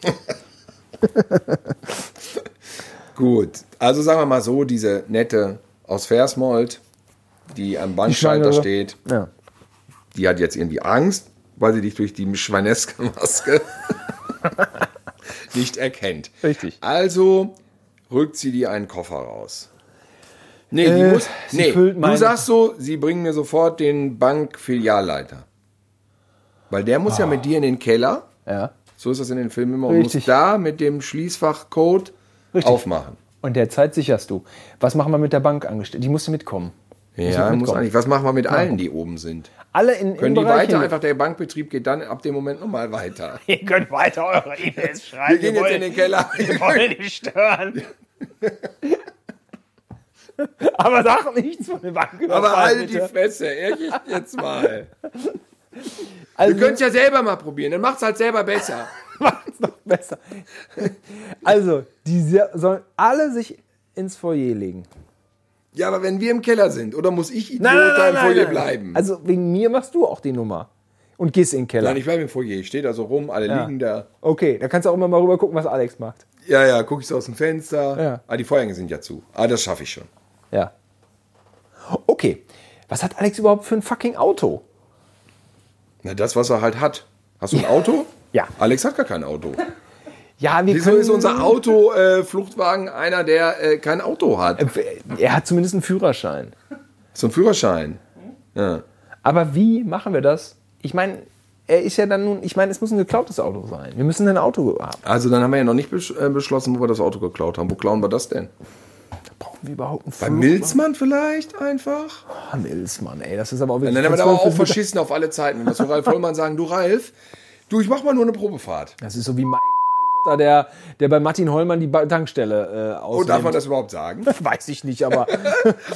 B: Gut, also sagen wir mal so, diese nette aus Versmold, die am Bankschalter
A: Schwangere.
B: steht,
A: Ja.
B: die hat jetzt irgendwie Angst, weil sie dich durch die schweineske Maske nicht erkennt.
A: Richtig.
B: Also rückt sie dir einen Koffer raus. Nee, die
A: Äh,
B: muss.
A: sie
B: Nee,
A: füllt
B: du
A: meine-
B: sagst so, sie bringen mir sofort den Bankfilialleiter. Weil der muss ja mit dir in den Keller,
A: ja.
B: so ist das in den Filmen immer, und muss
A: Ah. Richtig.
B: da mit dem Schließfachcode aufmachen.
A: Und derzeit sicherst du. Was machen wir mit der Bank angestellt? Die musste mitkommen.
B: Ja,
A: mit
B: muss
A: mitkommen.
B: eigentlich. Was machen wir mit allen, die oben sind?
A: Alle in
B: Können die
A: im Bereich
B: weiter?
A: hin-
B: Einfach der Bankbetrieb geht dann ab dem Moment nochmal weiter.
D: Ihr könnt weiter eure E-Mails
B: Wir
D: schreiben.
B: gehen jetzt in den Keller.
D: Wir wollen nicht stören.
A: Aber sag nichts von der Bank.
B: Aber
A: alle
B: haltet die Fresse, ehrlich jetzt mal.
A: also,
B: Ihr könnt es ja selber mal probieren, dann macht's halt selber besser.
A: macht's noch besser. Also, die se- sollen alle sich ins Foyer legen.
B: Ja, aber wenn wir im Keller sind, oder muss ich Idiot da im Foyer bleiben?
A: Also wegen mir machst du auch die Nummer. Und gehst in den Keller.
B: Nein, ich bleibe im Foyer, ich stehe da so rum, alle liegen da.
A: okay, da kannst du auch immer mal rüber gucken, was Alex macht.
B: Ja, ja, gucke ich so aus dem Fenster.
A: Ja.
B: Ah, die Vorhänge sind ja zu. Ah, das schaffe ich schon.
A: Ja. Okay. Was hat Alex überhaupt für ein fucking Auto?
B: Na, das, was er halt hat. Hast du ein Auto?
A: Ja.
B: Alex hat gar kein Auto.
A: Ja, wir
B: Wieso ist unser Auto-Fluchtwagen einer, der äh, kein Auto hat?
A: Äh, er hat zumindest einen Führerschein.
B: So ein Führerschein. Ja.
A: Aber wie machen wir das? Ich meine, er ist ja dann nun, ich meine, es muss ein geklautes Auto sein. Wir müssen ein Auto haben.
B: Also dann haben wir ja noch nicht besch äh, beschlossen, wo wir das Auto geklaut haben. Wo klauen wir das denn?
A: Brauchen wir überhaupt einen
B: Bei Milzmann vielleicht einfach?
A: Führerschein? Milzmann, ey, das ist aber auch
B: Und
A: wirklich.
B: dann haben wir da aber auch
A: das,
B: verschissen auf alle Zeiten. Wenn wir so Ralf Vollmann sagen, du Ralf, du, ich mach mal nur eine Probefahrt.
A: das ist so wie mein da der, der bei Martin Hollmann die Ba- Tankstelle äh,
B: Oh, darf man
A: ausnimmt.
B: das überhaupt sagen?
A: Weiß ich nicht, aber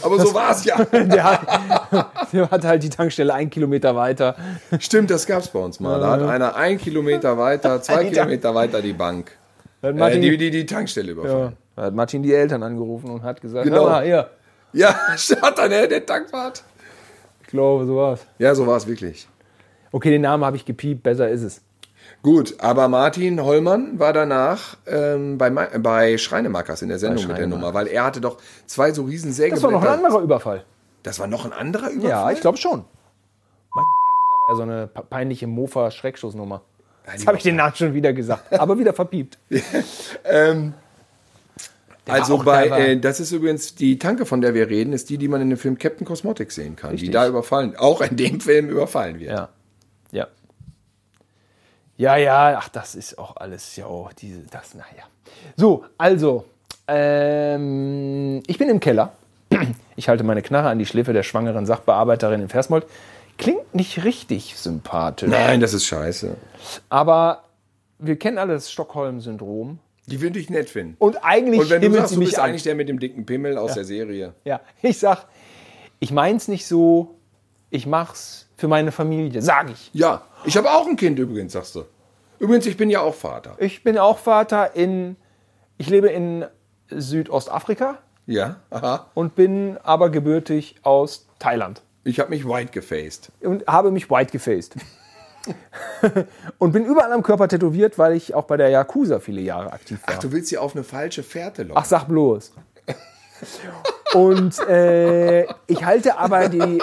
B: Aber so war es ja.
A: der hat, der hat halt die Tankstelle einen Kilometer weiter.
B: Stimmt, das gab's bei uns mal. Da hat einer ein Kilometer weiter, zwei Kilometer weiter die Bank.
A: Da hat
B: Äh,
A: Martin,
B: die, die, die Tankstelle überfahren.
A: ja, da hat Martin die Eltern angerufen und hat gesagt,
B: Genau.
A: genau. mal, hier,
B: Ja, statt an der, der Tankwart.
A: ich glaube, so war's.
B: Ja, so war es wirklich.
A: Okay, den Namen habe ich gepiept, besser ist es.
B: Gut, aber Martin Hollmann war danach ähm, bei, Ma- äh, bei Schreinemakers in der Sendung mit der Nummer, weil er hatte doch zwei so riesen Sägeblätter.
A: Das war noch ein anderer Überfall.
B: Das war noch ein anderer Überfall?
A: Ja, ich glaube schon. Ja, so eine pe- peinliche Mofa-Schreckschussnummer. Jetzt habe ich den Namen schon wieder gesagt, aber wieder verpiept.
B: Ähm, also
A: auch
B: bei,
A: clever.
B: äh, das ist übrigens die Tanke, von der wir reden, ist die, die man in dem Film Captain Cosmotics sehen kann, die
A: Richtig.
B: da überfallen, auch in dem Film überfallen wird.
A: Ja. Ja. Ja, ja, ach, das ist auch alles, ja, oh, diese, das, naja. So, also, ähm, ich bin im Keller. Ich halte meine Knarre an die Schläfe der schwangeren Sachbearbeiterin in Versmold. Klingt nicht richtig sympathisch,
B: Nein, das ist scheiße.
A: aber wir kennen alle das Stockholm-Syndrom.
B: Die würde ich nett finden.
A: Und eigentlich
B: Und wenn du
A: himmelt
B: sagst,
A: sie Oh,
B: du
A: mich
B: bist
A: an.
B: eigentlich der mit dem dicken Pimmel aus der Serie.
A: Ja, ich sag, ich mein's nicht so, ich mach's für meine Familie, sag ich.
B: Ja, ich habe auch ein Kind übrigens, sagst du. Übrigens, ich bin ja auch Vater.
A: Ich bin auch Vater in, ich lebe in Südostafrika
B: Ja, aha.
A: und bin aber gebürtig aus Thailand
B: Ich habe mich white gefaced.
A: und habe mich white gefaced. und bin überall am Körper tätowiert, weil ich auch bei der Yakuza viele Jahre aktiv war.
B: Ach, du willst sie auf eine falsche Fährte locken.
A: Ach, sag bloß. Und äh, ich halte aber die,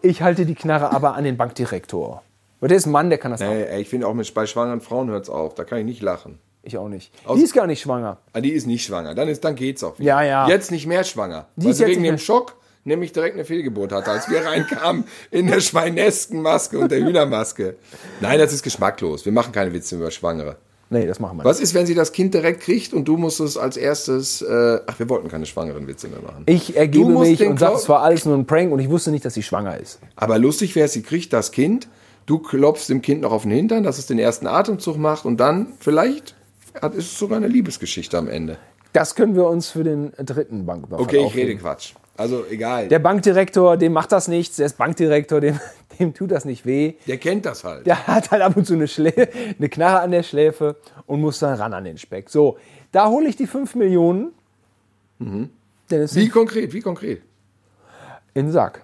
A: ich halte die Knarre aber an den Bankdirektor. Und der ist ein Mann, der kann das auch.
B: Ey, ey, ich finde auch mit bei schwangeren Frauen hört's auf, da kann ich nicht lachen.
A: Ich auch nicht. die ist gar nicht schwanger.
B: Ah, die ist nicht schwanger, dann ist dann geht's auch wieder.
A: Ja, ja.
B: Jetzt nicht mehr schwanger. Die
A: ist
B: ist
A: jetzt
B: wegen
A: nicht
B: dem
A: mehr-
B: Schock nämlich direkt eine Fehlgeburt hatte, als wir reinkamen in der Schweineskenmaske und der Hühnermaske. Nein, das ist geschmacklos. Wir machen keine Witze über Schwangere.
A: Nee, das machen wir nicht.
B: Was ist, wenn sie das Kind direkt kriegt und du musst es als erstes, äh, ach, wir wollten keine schwangeren Witze mehr machen.
A: Ich ergebe
B: Du musst
A: mich
B: den
A: und sage,
B: Klau-
A: es war alles nur ein Prank und ich wusste nicht, dass sie schwanger ist.
B: Aber lustig wäre, sie kriegt das Kind, du klopfst dem Kind noch auf den Hintern, dass es den ersten Atemzug macht und dann vielleicht hat, ist es sogar eine Liebesgeschichte am Ende.
A: Das können wir uns für den äh, dritten Banküberfall
B: Okay, ich
A: aufheben.
B: rede Quatsch. Also egal,
A: Der
B: der,
A: Bankdirektor, dem macht das nichts, der ist Bankdirektor, dem, dem tut das nicht weh.
B: kennt das halt.
A: Der hat halt ab und zu eine, Schlä eine Knarre an der Schläfe und muss dann ran an den Speck. So, da hole ich die 5 Millionen denn es
B: Mhm. Wie
A: in
B: konkret, wie konkret?
A: den Sack.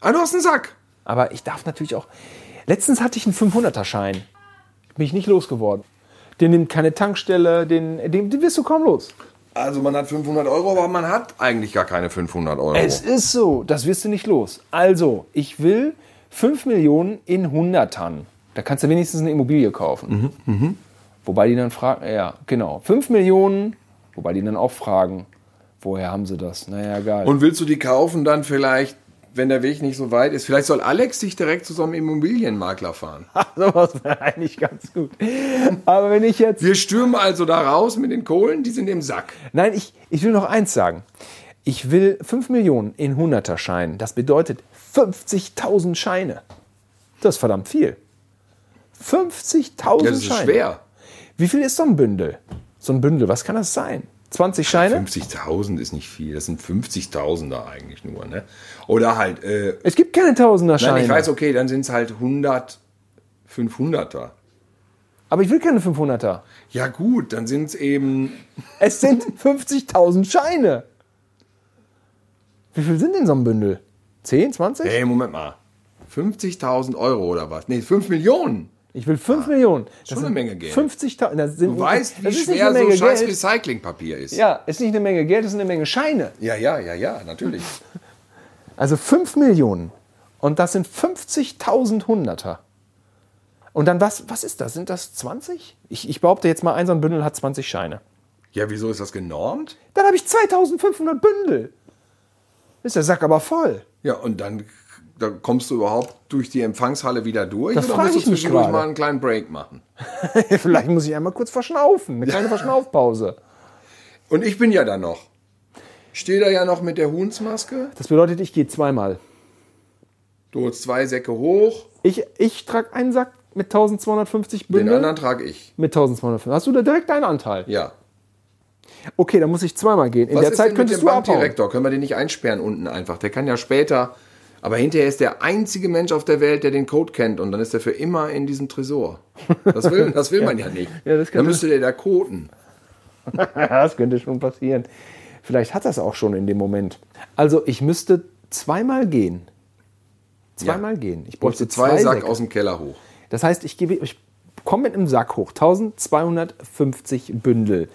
B: Ah, du hast einen Sack.
A: Aber ich darf natürlich auch. Letztens hatte ich einen 500er-Schein. Bin ich nicht losgeworden. Den nimmt keine Tankstelle, den, den, den wirst du kaum los.
B: Also man hat 500 Euro, aber man hat eigentlich gar keine 500 Euro.
A: Es ist so, das wirst du nicht los. Also, ich will 5 Millionen in Hundertern. Da kannst du wenigstens eine Immobilie kaufen.
B: Mhm,
A: Wobei die dann fragen, ja, genau, 5 Millionen, wobei die dann auch fragen, woher haben sie das? Naja, geil.
B: Und willst du die kaufen dann vielleicht, wenn der Weg nicht so weit ist? Vielleicht soll Alex dich direkt zu so einem Immobilienmakler fahren.
A: sowas wäre eigentlich ganz gut. Aber wenn ich jetzt.
B: Wir stürmen also da raus mit den Kohlen, die sind im Sack.
A: Nein, ich, ich will noch eins sagen. Ich will 5 Millionen in Hunderterscheinen. Das bedeutet 50.000 Scheine. Das ist verdammt viel. 50.000
B: Ja, das ist
A: Scheine.
B: schwer.
A: Wie viel ist so ein Bündel? So ein Bündel, was kann das sein? 20 Scheine?
B: 50.000 ist nicht viel, das sind 50.000er eigentlich nur, ne? Oder halt, äh,
A: Es gibt keine Tausenderscheine.
B: nein, ich weiß, okay, dann sind es halt 100, 500er.
A: Aber ich will keine 500er.
B: Ja gut, dann sind es eben,
A: Es sind 50.000 Scheine. Wie viel sind denn so ein Bündel? 10, 20?
B: hey, Moment mal, 50.000 Euro oder was? Nee, 5 Millionen.
A: Ich will 5 Millionen. Das
B: Ah, schon eine
A: sind
B: Menge Geld.
A: 50.000. das sind-
B: Du weißt, wie
A: das ist nicht
B: schwer
A: eine
B: so
A: Menge
B: scheiß
A: Geld.
B: Recyclingpapier ist.
A: Ja, ist nicht eine Menge Geld, das ist eine Menge Scheine.
B: ja, ja, ja, ja, natürlich.
A: Also 5 Millionen. Und das sind 50.000 Hunderter. Und dann was, was ist das? Sind das 20? Ich, ich behaupte jetzt mal, ein so ein Bündel hat 20 Scheine.
B: Ja, wieso ist das genormt?
A: Dann habe ich 2500 Bündel. Ist der Sack aber voll.
B: Ja, und dann, dann kommst du überhaupt durch die Empfangshalle wieder durch
A: Das
B: oder
A: frag
B: musst du
A: ich mich
B: zwischendurch
A: gerade.
B: mal einen kleinen Break machen?
A: Vielleicht muss ich einmal kurz verschnaufen. Eine kleine Verschnaufpause.
B: Und ich bin ja da noch. Stehe da ja noch mit der Huhnsmaske.
A: Das bedeutet, ich gehe zweimal.
B: Du holst zwei Säcke hoch,
A: Ich, ich trage einen Sack mit 1250
B: den
A: Bündel.
B: anderen trage ich.
A: mit 1250. Hast du da direkt deinen Anteil?
B: Ja.
A: Okay, dann muss ich zweimal gehen. In
B: Was
A: der
B: ist
A: Zeit
B: denn
A: könntest
B: mit
A: du
B: dem
A: abhauen.
B: Bankdirektor? Können wir den nicht einsperren unten einfach? Der kann ja später. Aber hinterher ist der einzige Mensch auf der Welt, der den Code kennt und dann ist er für immer in diesem Tresor. Das will, das will man ja nicht.
A: Ja, das kann sein.
B: dann müsste der da koten.
A: das könnte schon passieren. Vielleicht hat das auch schon in dem Moment. Also ich müsste zweimal gehen. Zweimal gehen. Ich
B: Holst
A: bräuchte
B: du zwei, Sack
A: Säcke.
B: aus dem Keller hoch.
A: Das heißt, ich, gebe, ich komme mit einem Sack hoch. 1250 Bündel.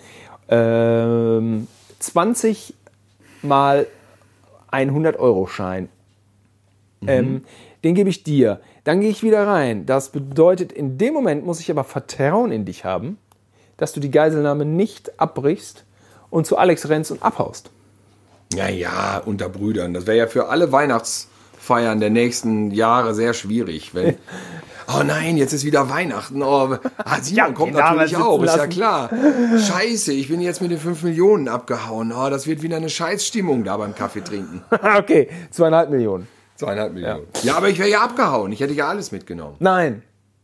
A: Ähm, 20 mal 100-Euro-Schein. Ähm, den gebe ich dir. Dann gehe ich wieder rein. Das bedeutet, in dem Moment muss ich aber Vertrauen in dich haben, dass du die Geiselnahme nicht abbrichst und zu Alex rennst und abhaust.
B: Naja, unter Brüdern. Das wäre ja für alle Weihnachtsfeiern der nächsten Jahre sehr schwierig, wenn. Oh nein, jetzt ist wieder Weihnachten. Oh, ah, Simon
D: Ja,
B: kommt
D: die Name
B: natürlich
D: sitzen
B: auch, ist ja
D: lassen.
B: klar. Scheiße, ich bin jetzt mit den 5 Millionen abgehauen. Oh, das wird wieder eine Scheißstimmung da beim Kaffee trinken.
A: okay, zweieinhalb Millionen.
B: Zweieinhalb Millionen. Ja, aber ich wäre ja abgehauen. Ich hätte ja alles mitgenommen.
A: Nein,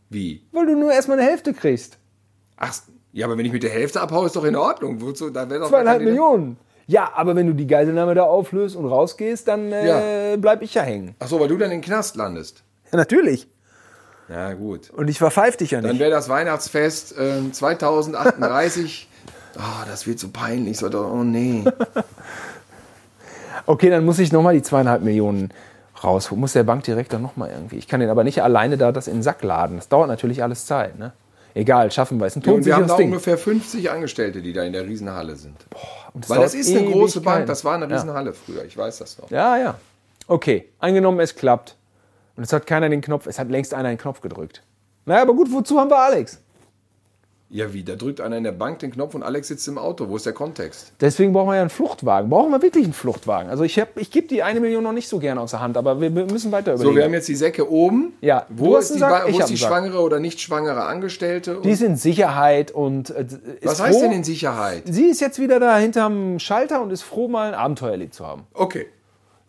B: Wie?
A: weil du nur erstmal eine Hälfte kriegst.
B: Ach, ja, aber wenn ich mit der Hälfte abhaue, ist doch in Ordnung. Wozu? Da wäre doch gar
A: Zweieinhalb
B: keine-
A: Millionen. Ja, aber wenn du die Geiselnahme da auflöst und rausgehst, dann äh, bleib ich ja hängen.
B: Ach so, weil du dann in den Knast landest.
A: Ja, natürlich.
B: Ja, gut.
A: Und ich verpfeif dich ja
B: Dann wäre das Weihnachtsfest ähm, 2038. Ah, das wird so peinlich. So, oh nee.
A: Okay, dann muss ich nochmal die zweieinhalb Millionen rausholen. Muss der Bankdirektor nochmal irgendwie. Ich kann den aber nicht alleine da das in den Sack laden. Das dauert natürlich alles Zeit, ne? Egal, schaffen wir es. Ein
B: Und wir haben
A: todsicheres
B: da
A: Ding.
B: ungefähr 50 Angestellte, die da in der Riesenhalle sind.
A: Und
B: Weil das
A: dauert
B: ist eine große
A: Ewigkeiten.
B: Bank. Das war eine Riesenhalle früher. Ich weiß das noch.
A: Ja, ja. Okay, angenommen, es klappt. Und es hat keiner den Knopf, es hat längst einer den Knopf gedrückt. Naja, aber gut, wozu haben wir Alex?
B: Ja, wie? Da drückt einer in der Bank den Knopf und Alex sitzt im Auto. Wo ist der Kontext?
A: Deswegen brauchen wir ja einen Fluchtwagen. Brauchen wir wirklich einen Fluchtwagen? Also ich, hab- ich gebe die eine Million noch nicht so gerne aus der Hand, aber wir wir müssen weiter überlegen.
B: So, wir haben jetzt die Säcke oben.
A: Ja,
B: Wo
A: du
B: ist
A: hast
B: die,
A: einen Sack,
B: Ba-
A: ich
B: wo ist
A: hab
B: die
A: einen Sack.
B: schwangere oder nicht schwangere Angestellte? Und
A: Die ist in Sicherheit und äh, ist
B: was
A: froh.
B: heißt denn in Sicherheit?
A: Sie ist jetzt wieder da hinterm Schalter und ist froh, mal ein Abenteuer erlebt zu haben.
B: Okay,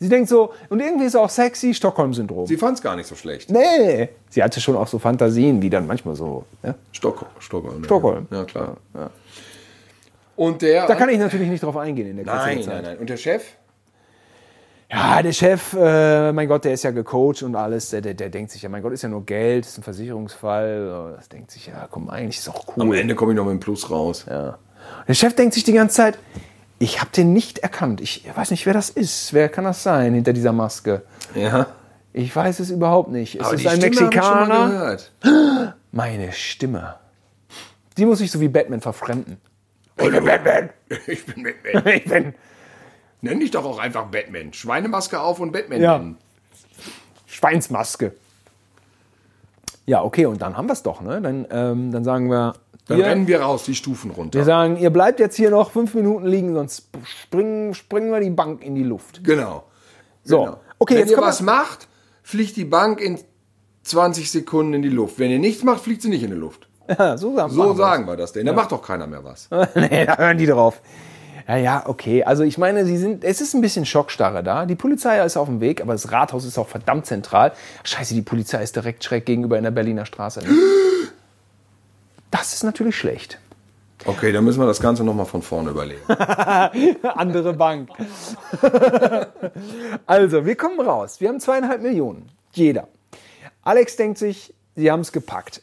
A: Sie denkt so, und irgendwie ist auch sexy Stockholm-Syndrom.
B: sie fand es gar nicht so schlecht.
A: Nee, sie hatte schon auch so Fantasien, die dann manchmal so. Ne?
B: Stockholm. Stockholm. ja.
A: Stockholm.
B: Ja, klar. Und der.
A: Da kann ich natürlich nicht drauf eingehen in der kurzen
B: nein,
A: Zeit.
B: nein, nein. Und der Chef?
A: Ja, der Chef, äh, mein Gott, der ist ja gecoacht und alles. Der, der, der denkt sich ja, mein Gott, ist ja nur Geld, ist ein Versicherungsfall. Oh, Das denkt sich ja, komm, eigentlich ist auch cool.
B: Am Ende komme ich noch mit dem Plus raus.
A: Ja. Und der Chef denkt sich die ganze Zeit, ich habe den nicht erkannt. Ich weiß nicht, wer das ist. Wer kann das sein hinter dieser Maske?
B: Ja.
A: Ich weiß es überhaupt nicht. Es
B: Aber
A: ist
B: die
A: ein
B: Stimme habe ich schon mal
A: Mexikaner.
B: gehört.
A: Meine Stimme. Die muss ich so wie Batman verfremden.
B: Ich bin Batman.
A: Ich bin.
B: Nenn dich doch auch einfach Batman. Schweinemaske auf und Batman
A: Ja.
B: nennen.
A: Schweinsmaske. Ja, okay, und dann haben wir es doch, ne? Dann, ähm, dann sagen wir.
B: Dann
A: ihr,
B: rennen wir raus, die Stufen
A: wir
B: runter.
A: sagen, ihr bleibt jetzt hier noch fünf Minuten liegen, sonst springen, springen wir die Bank in die Luft.
B: Genau.
A: So,
B: genau.
A: okay,
B: Wenn
A: jetzt
B: ihr
A: kommen
B: was
A: wir-
B: macht, fliegt die Bank in 20 Sekunden in die Luft. Wenn ihr nichts macht, fliegt sie nicht in die Luft.
A: Ja, so sagen,
B: So
A: machen wir's.
B: sagen wir das denn. Da macht doch keiner mehr was.
A: nee, da hören die drauf. Ja, ja, okay. Also ich meine, sie sind, es ist ein bisschen Schockstarre da. Die Polizei ist auf dem Weg, aber das Rathaus ist auch verdammt zentral. Scheiße, die Polizei ist direkt schräg gegenüber in der Berliner Straße. Das ist natürlich schlecht.
B: Okay, dann müssen wir das Ganze nochmal von vorne überlegen.
A: Andere Bank. also, wir kommen raus. Wir haben zweieinhalb Millionen. Jeder. Alex denkt sich, sie haben es gepackt.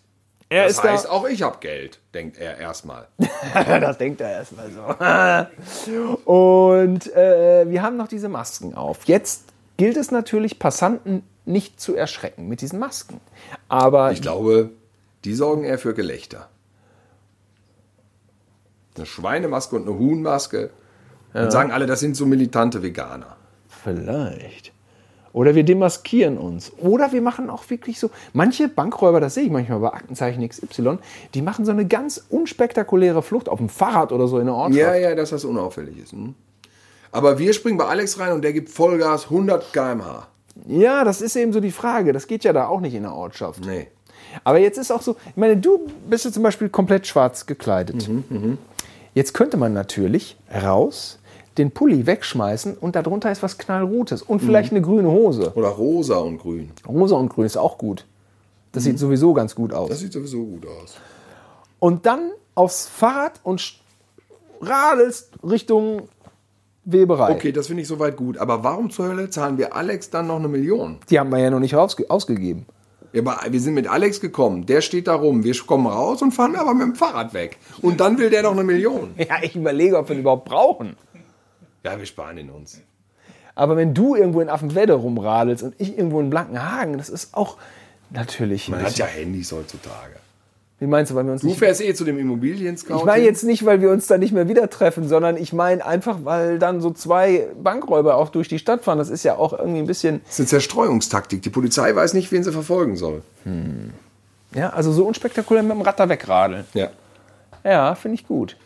A: Er
B: Das
A: ist da.
B: heißt, auch ich habe Geld, denkt er erstmal.
A: das denkt er erstmal so. Und äh, wir haben noch diese Masken auf. Jetzt gilt es natürlich, Passanten nicht zu erschrecken mit diesen Masken. Aber
B: Ich glaube, die sorgen eher für Gelächter. Eine Schweinemaske und eine Huhnmaske. Dann sagen alle, das sind so militante Veganer.
A: vielleicht. Oder wir demaskieren uns. Oder wir machen auch wirklich so. Manche Bankräuber, das sehe ich manchmal bei Aktenzeichen XY, die machen so eine ganz unspektakuläre Flucht auf dem Fahrrad oder so in der Ortschaft.
B: Ja, ja, dass das unauffällig ist. Hm? Aber wir springen bei Alex rein und der gibt Vollgas 100 km/h.
A: Ja, das ist eben so die Frage. Das geht ja da auch nicht in der Ortschaft.
B: Nee.
A: Aber jetzt ist auch so, ich meine, du bist ja zum Beispiel komplett schwarz gekleidet. Jetzt könnte man natürlich raus den Pulli wegschmeißen und darunter ist was knallrotes und vielleicht eine grüne Hose.
B: Oder rosa und grün.
A: Rosa und grün ist auch gut. Das sieht sowieso ganz gut aus.
B: Das sieht sowieso gut aus.
A: Und dann aufs Fahrrad und sch- radelst Richtung Weberei.
B: Okay, das finde ich soweit gut. Aber warum zur Hölle zahlen wir Alex dann noch eine Million?
A: Die haben wir ja noch nicht rausge- ausgegeben.
B: Ja, aber wir sind mit Alex gekommen. Der steht da rum. Wir kommen raus und fahren aber mit dem Fahrrad weg. Und dann will der noch eine Million.
A: Ja, ich überlege, ob wir die überhaupt brauchen.
B: Ja, wir sparen ihn uns.
A: Aber wenn du irgendwo in Affenwedde rumradelst und ich irgendwo in Blankenhagen, das ist auch natürlich
B: Man
A: nicht.
B: hat ja Handys heutzutage.
A: Wie meinst du, weil wir uns
B: Du
A: nicht.
B: fährst eh zu dem Immobilien-Scout.
A: Ich meine jetzt nicht, weil wir uns da nicht mehr wieder treffen, sondern ich meine einfach, weil dann so zwei Bankräuber auch durch die Stadt fahren. Das ist ja auch irgendwie ein bisschen.
B: Das ist eine Zerstreuungstaktik. Die Polizei weiß nicht, wen sie verfolgen soll.
A: Ja, also so unspektakulär mit dem Rad da wegradeln.
B: Ja.
A: Ja, finde ich gut.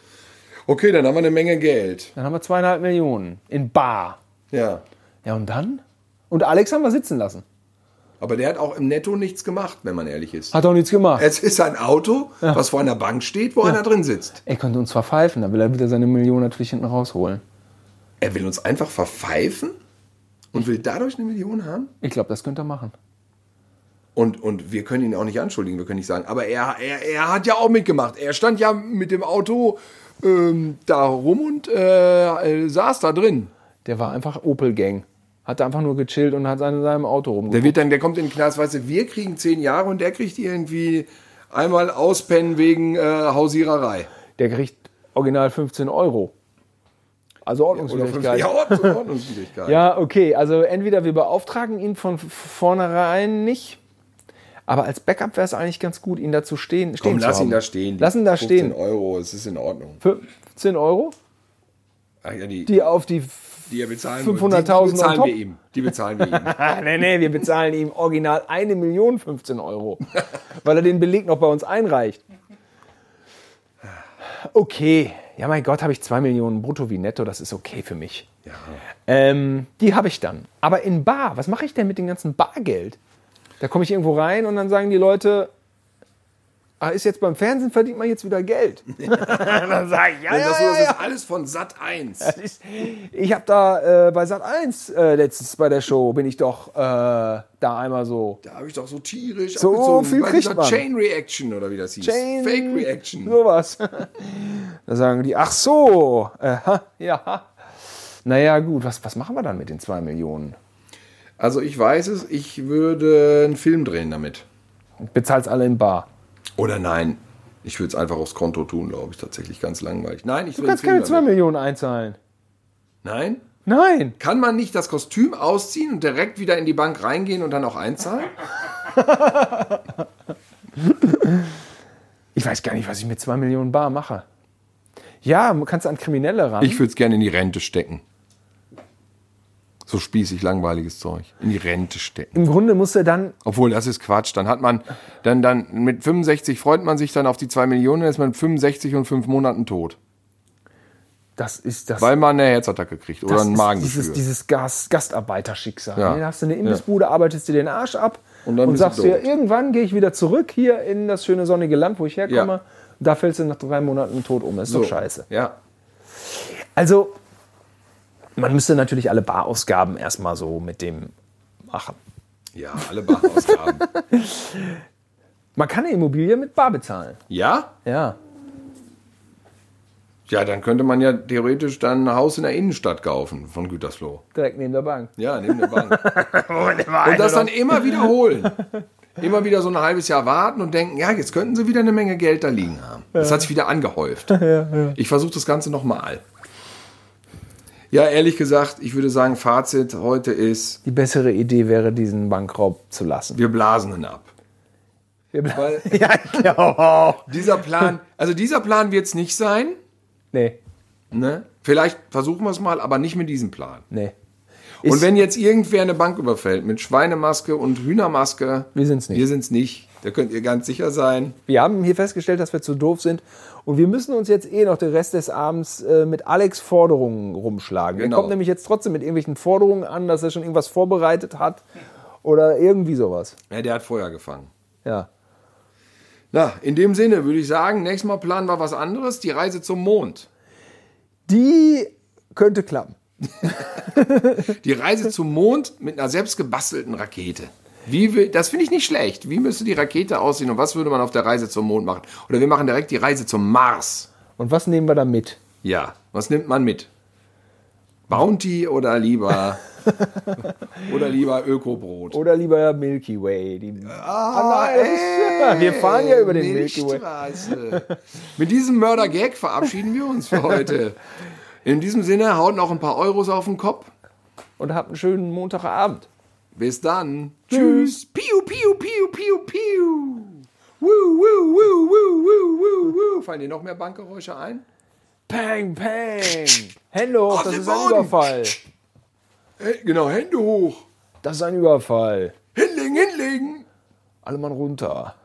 B: Okay, dann haben wir eine Menge Geld.
A: Dann haben wir zweieinhalb Millionen in Bar.
B: Ja.
A: Ja, und dann? Und Alex haben wir sitzen lassen.
B: Aber der hat auch im Netto nichts gemacht, wenn man ehrlich ist.
A: Hat auch nichts gemacht.
B: Es ist ein Auto, was vor einer Bank steht, wo einer drin sitzt.
A: Er könnte uns verpfeifen, dann will er wieder seine Millionen natürlich hinten rausholen.
B: Er will uns einfach verpfeifen und will dadurch eine Million haben?
A: Ich glaube, das könnte er machen.
B: Und, und wir können ihn auch nicht anschuldigen, wir können nicht sagen, aber er, er, er hat ja auch mitgemacht. Er stand ja mit dem Auto ähm, da rum und äh, äh, saß da drin.
A: Der war einfach Opel-Gang. Hat einfach nur gechillt und hat an seinem Auto rumgeguckt.
B: Der wird dann, der kommt in den Knast, weißt du, wir kriegen zehn Jahre und der kriegt irgendwie einmal auspennen wegen äh, Hausiererei.
A: Der kriegt original 15 Euro. Also
B: Oder fünf
A: Ordnungswidrigkeit.
B: Ja, oh, Ordnung- Ordnungswidrigkeit.
A: Ja, okay. Also entweder wir beauftragen ihn von v- vornherein nicht, aber als Backup wäre es eigentlich ganz gut, ihn dazu stehen.
B: Komm,
A: stehen zu
B: lass
A: haben.
B: ihn da stehen.
A: Lass ihn da
B: 15
A: stehen.
B: Euro, es ist in Ordnung.
A: 15 Euro,
B: Ach ja, die,
A: die auf die. F
B: die er bezahlen
A: 500.000
B: Die
A: on
B: bezahlen wir
A: top.
B: ihm. Die bezahlen wir ihm.
A: ah, nee, nee, wir bezahlen ihm original eine Million 15 Euro, weil er den Beleg noch bei uns einreicht. okay. Ja, mein Gott, habe ich 2 Millionen brutto wie netto, das ist okay für mich. Ähm, die habe ich dann. Aber in Bar, was mache ich denn mit dem ganzen Bargeld? Da komme ich irgendwo rein und dann sagen die Leute, ah, ist jetzt beim Fernsehen, verdient man jetzt wieder Geld.
D: Dann sag ich, ja,
B: Das,
D: ja,
B: so,
D: ja.
B: das ist alles von Sat 1.
A: Ich, ich habe da äh, bei Sat 1 äh, letztens bei der Show, bin ich doch äh, da einmal so.
B: Da habe ich doch so tierisch
A: So
B: abgezogen.
A: viel
B: bei dieser
A: kriegt man.
B: Chain Reaction oder wie das hieß.
A: Chain-
B: Fake Reaction.
A: Sowas. Da sagen die, ach so, äh, ha, ja. ha. Naja, gut, was, was machen wir dann mit den 2 Millionen?
B: Also ich weiß es, ich würde einen Film drehen damit.
A: Bezahlt's alle in Bar.
B: Oder nein. Ich würde es einfach aufs Konto tun, glaube ich, tatsächlich ganz langweilig. Nein, ich
A: Du kannst keine 2 Millionen einzahlen.
B: Nein?
A: Nein.
B: Kann man nicht das Kostüm ausziehen und direkt wieder in die Bank reingehen und dann auch einzahlen?
A: Ich weiß gar nicht, was ich mit 2 Millionen Bar mache. Ja, man kannst an Kriminelle ran.
B: Ich würde es gerne in die Rente stecken. So spießig langweiliges Zeug. In die Rente stecken.
A: Im Grunde muss er dann,
B: Obwohl, das ist Quatsch. Dann hat man, dann, dann, mit 65 freut man sich dann auf die 2 Millionen, dann ist man mit 65 und 5 Monaten tot.
A: das ist das.
B: Weil man eine Herzattacke kriegt oder
A: das
B: ein
A: ist
B: Magengeschwür.
A: dieses, dieses Gas, Gastarbeiterschicksal.
B: Ja.
A: Ja. Dann hast du eine Imbissbude, arbeitest dir den Arsch ab
B: Und
A: und,
B: dann bist du
A: sagst dir,
B: tot.
A: irgendwann gehe ich wieder zurück hier in das schöne sonnige Land, wo ich herkomme.
B: Ja.
A: Da fällst du nach drei Monaten tot um. Das ist
B: So.
A: doch scheiße.
B: Ja.
A: Also, man müsste natürlich alle Barausgaben erstmal so mit dem machen.
B: Ja, alle Bachausgaben.
A: Man kann eine Immobilie mit Bar bezahlen.
B: ja?
A: Ja.
B: Ja, dann könnte man ja theoretisch dann ein Haus in der Innenstadt kaufen von Gütersloh.
A: Direkt neben der Bank.
B: Ja, neben der Bank.
D: Moment mal,
B: Und das dann immer wiederholen. Immer wieder so ein halbes Jahr warten und denken, ja, jetzt könnten sie wieder eine Menge Geld da liegen haben. Das hat sich wieder angehäuft. Ich versuche das Ganze nochmal. Ja, ehrlich gesagt, ich würde sagen, Fazit heute ist,
A: Die bessere Idee wäre, diesen Bankraub zu lassen.
B: wir blasen ihn ab. Weil
A: ja, ich glaube auch.
B: dieser Plan, also dieser Plan wird es nicht sein.
A: Nee,
B: Ne? Vielleicht versuchen wir es mal, aber nicht mit diesem Plan.
A: nee.
B: Und
A: Ist-
B: wenn jetzt irgendwer eine Bank überfällt mit Schweinemaske und Hühnermaske,
A: Wir sind's nicht.
B: Wir sind's nicht. Da könnt ihr ganz sicher sein.
A: Wir haben hier festgestellt, dass wir zu doof sind. Und wir müssen uns jetzt eh noch den Rest des Abends äh, mit Alex Forderungen rumschlagen.
B: Genau.
A: Er kommt nämlich jetzt trotzdem mit irgendwelchen Forderungen an, dass er schon irgendwas vorbereitet hat oder irgendwie sowas.
B: Ja, der hat Feuer gefangen.
A: Ja.
B: Na, in dem Sinne würde ich sagen, nächstes Mal planen wir was anderes, die Reise zum Mond.
A: Die könnte klappen.
B: Die Reise zum Mond mit einer selbstgebastelten Rakete. Wie will, das finde ich nicht schlecht. Wie müsste die Rakete aussehen und was würde man auf der Reise zum Mond machen? Oder wir machen direkt die Reise zum Mars.
A: Und was nehmen wir da mit?
B: Ja, was nimmt man mit? Bounty oder lieber oder lieber Ökobrot?
A: Oder lieber Milky Way. Die, ah, nein, das ist, wir fahren ja über den Milky Way.
B: Milchstraße. Mit diesem Mörder-Gag verabschieden wir uns für heute. In diesem Sinne, haut noch ein paar Euros auf den Kopf.
A: Und habt einen schönen Montagabend.
B: Bis dann. Tschüss. Piu, piu, piu, piu, piu. Woo, woo, woo, woo, woo, woo, woo. Fallen dir noch mehr Bankgeräusche ein?
A: Peng, peng. Hände hoch,
B: Auf
A: das
B: den
A: ist ein
B: Boden.
A: Überfall.
B: Äh, genau, Hände hoch.
A: Das ist ein Überfall.
B: Hinlegen, hinlegen.
A: Alle Mann runter.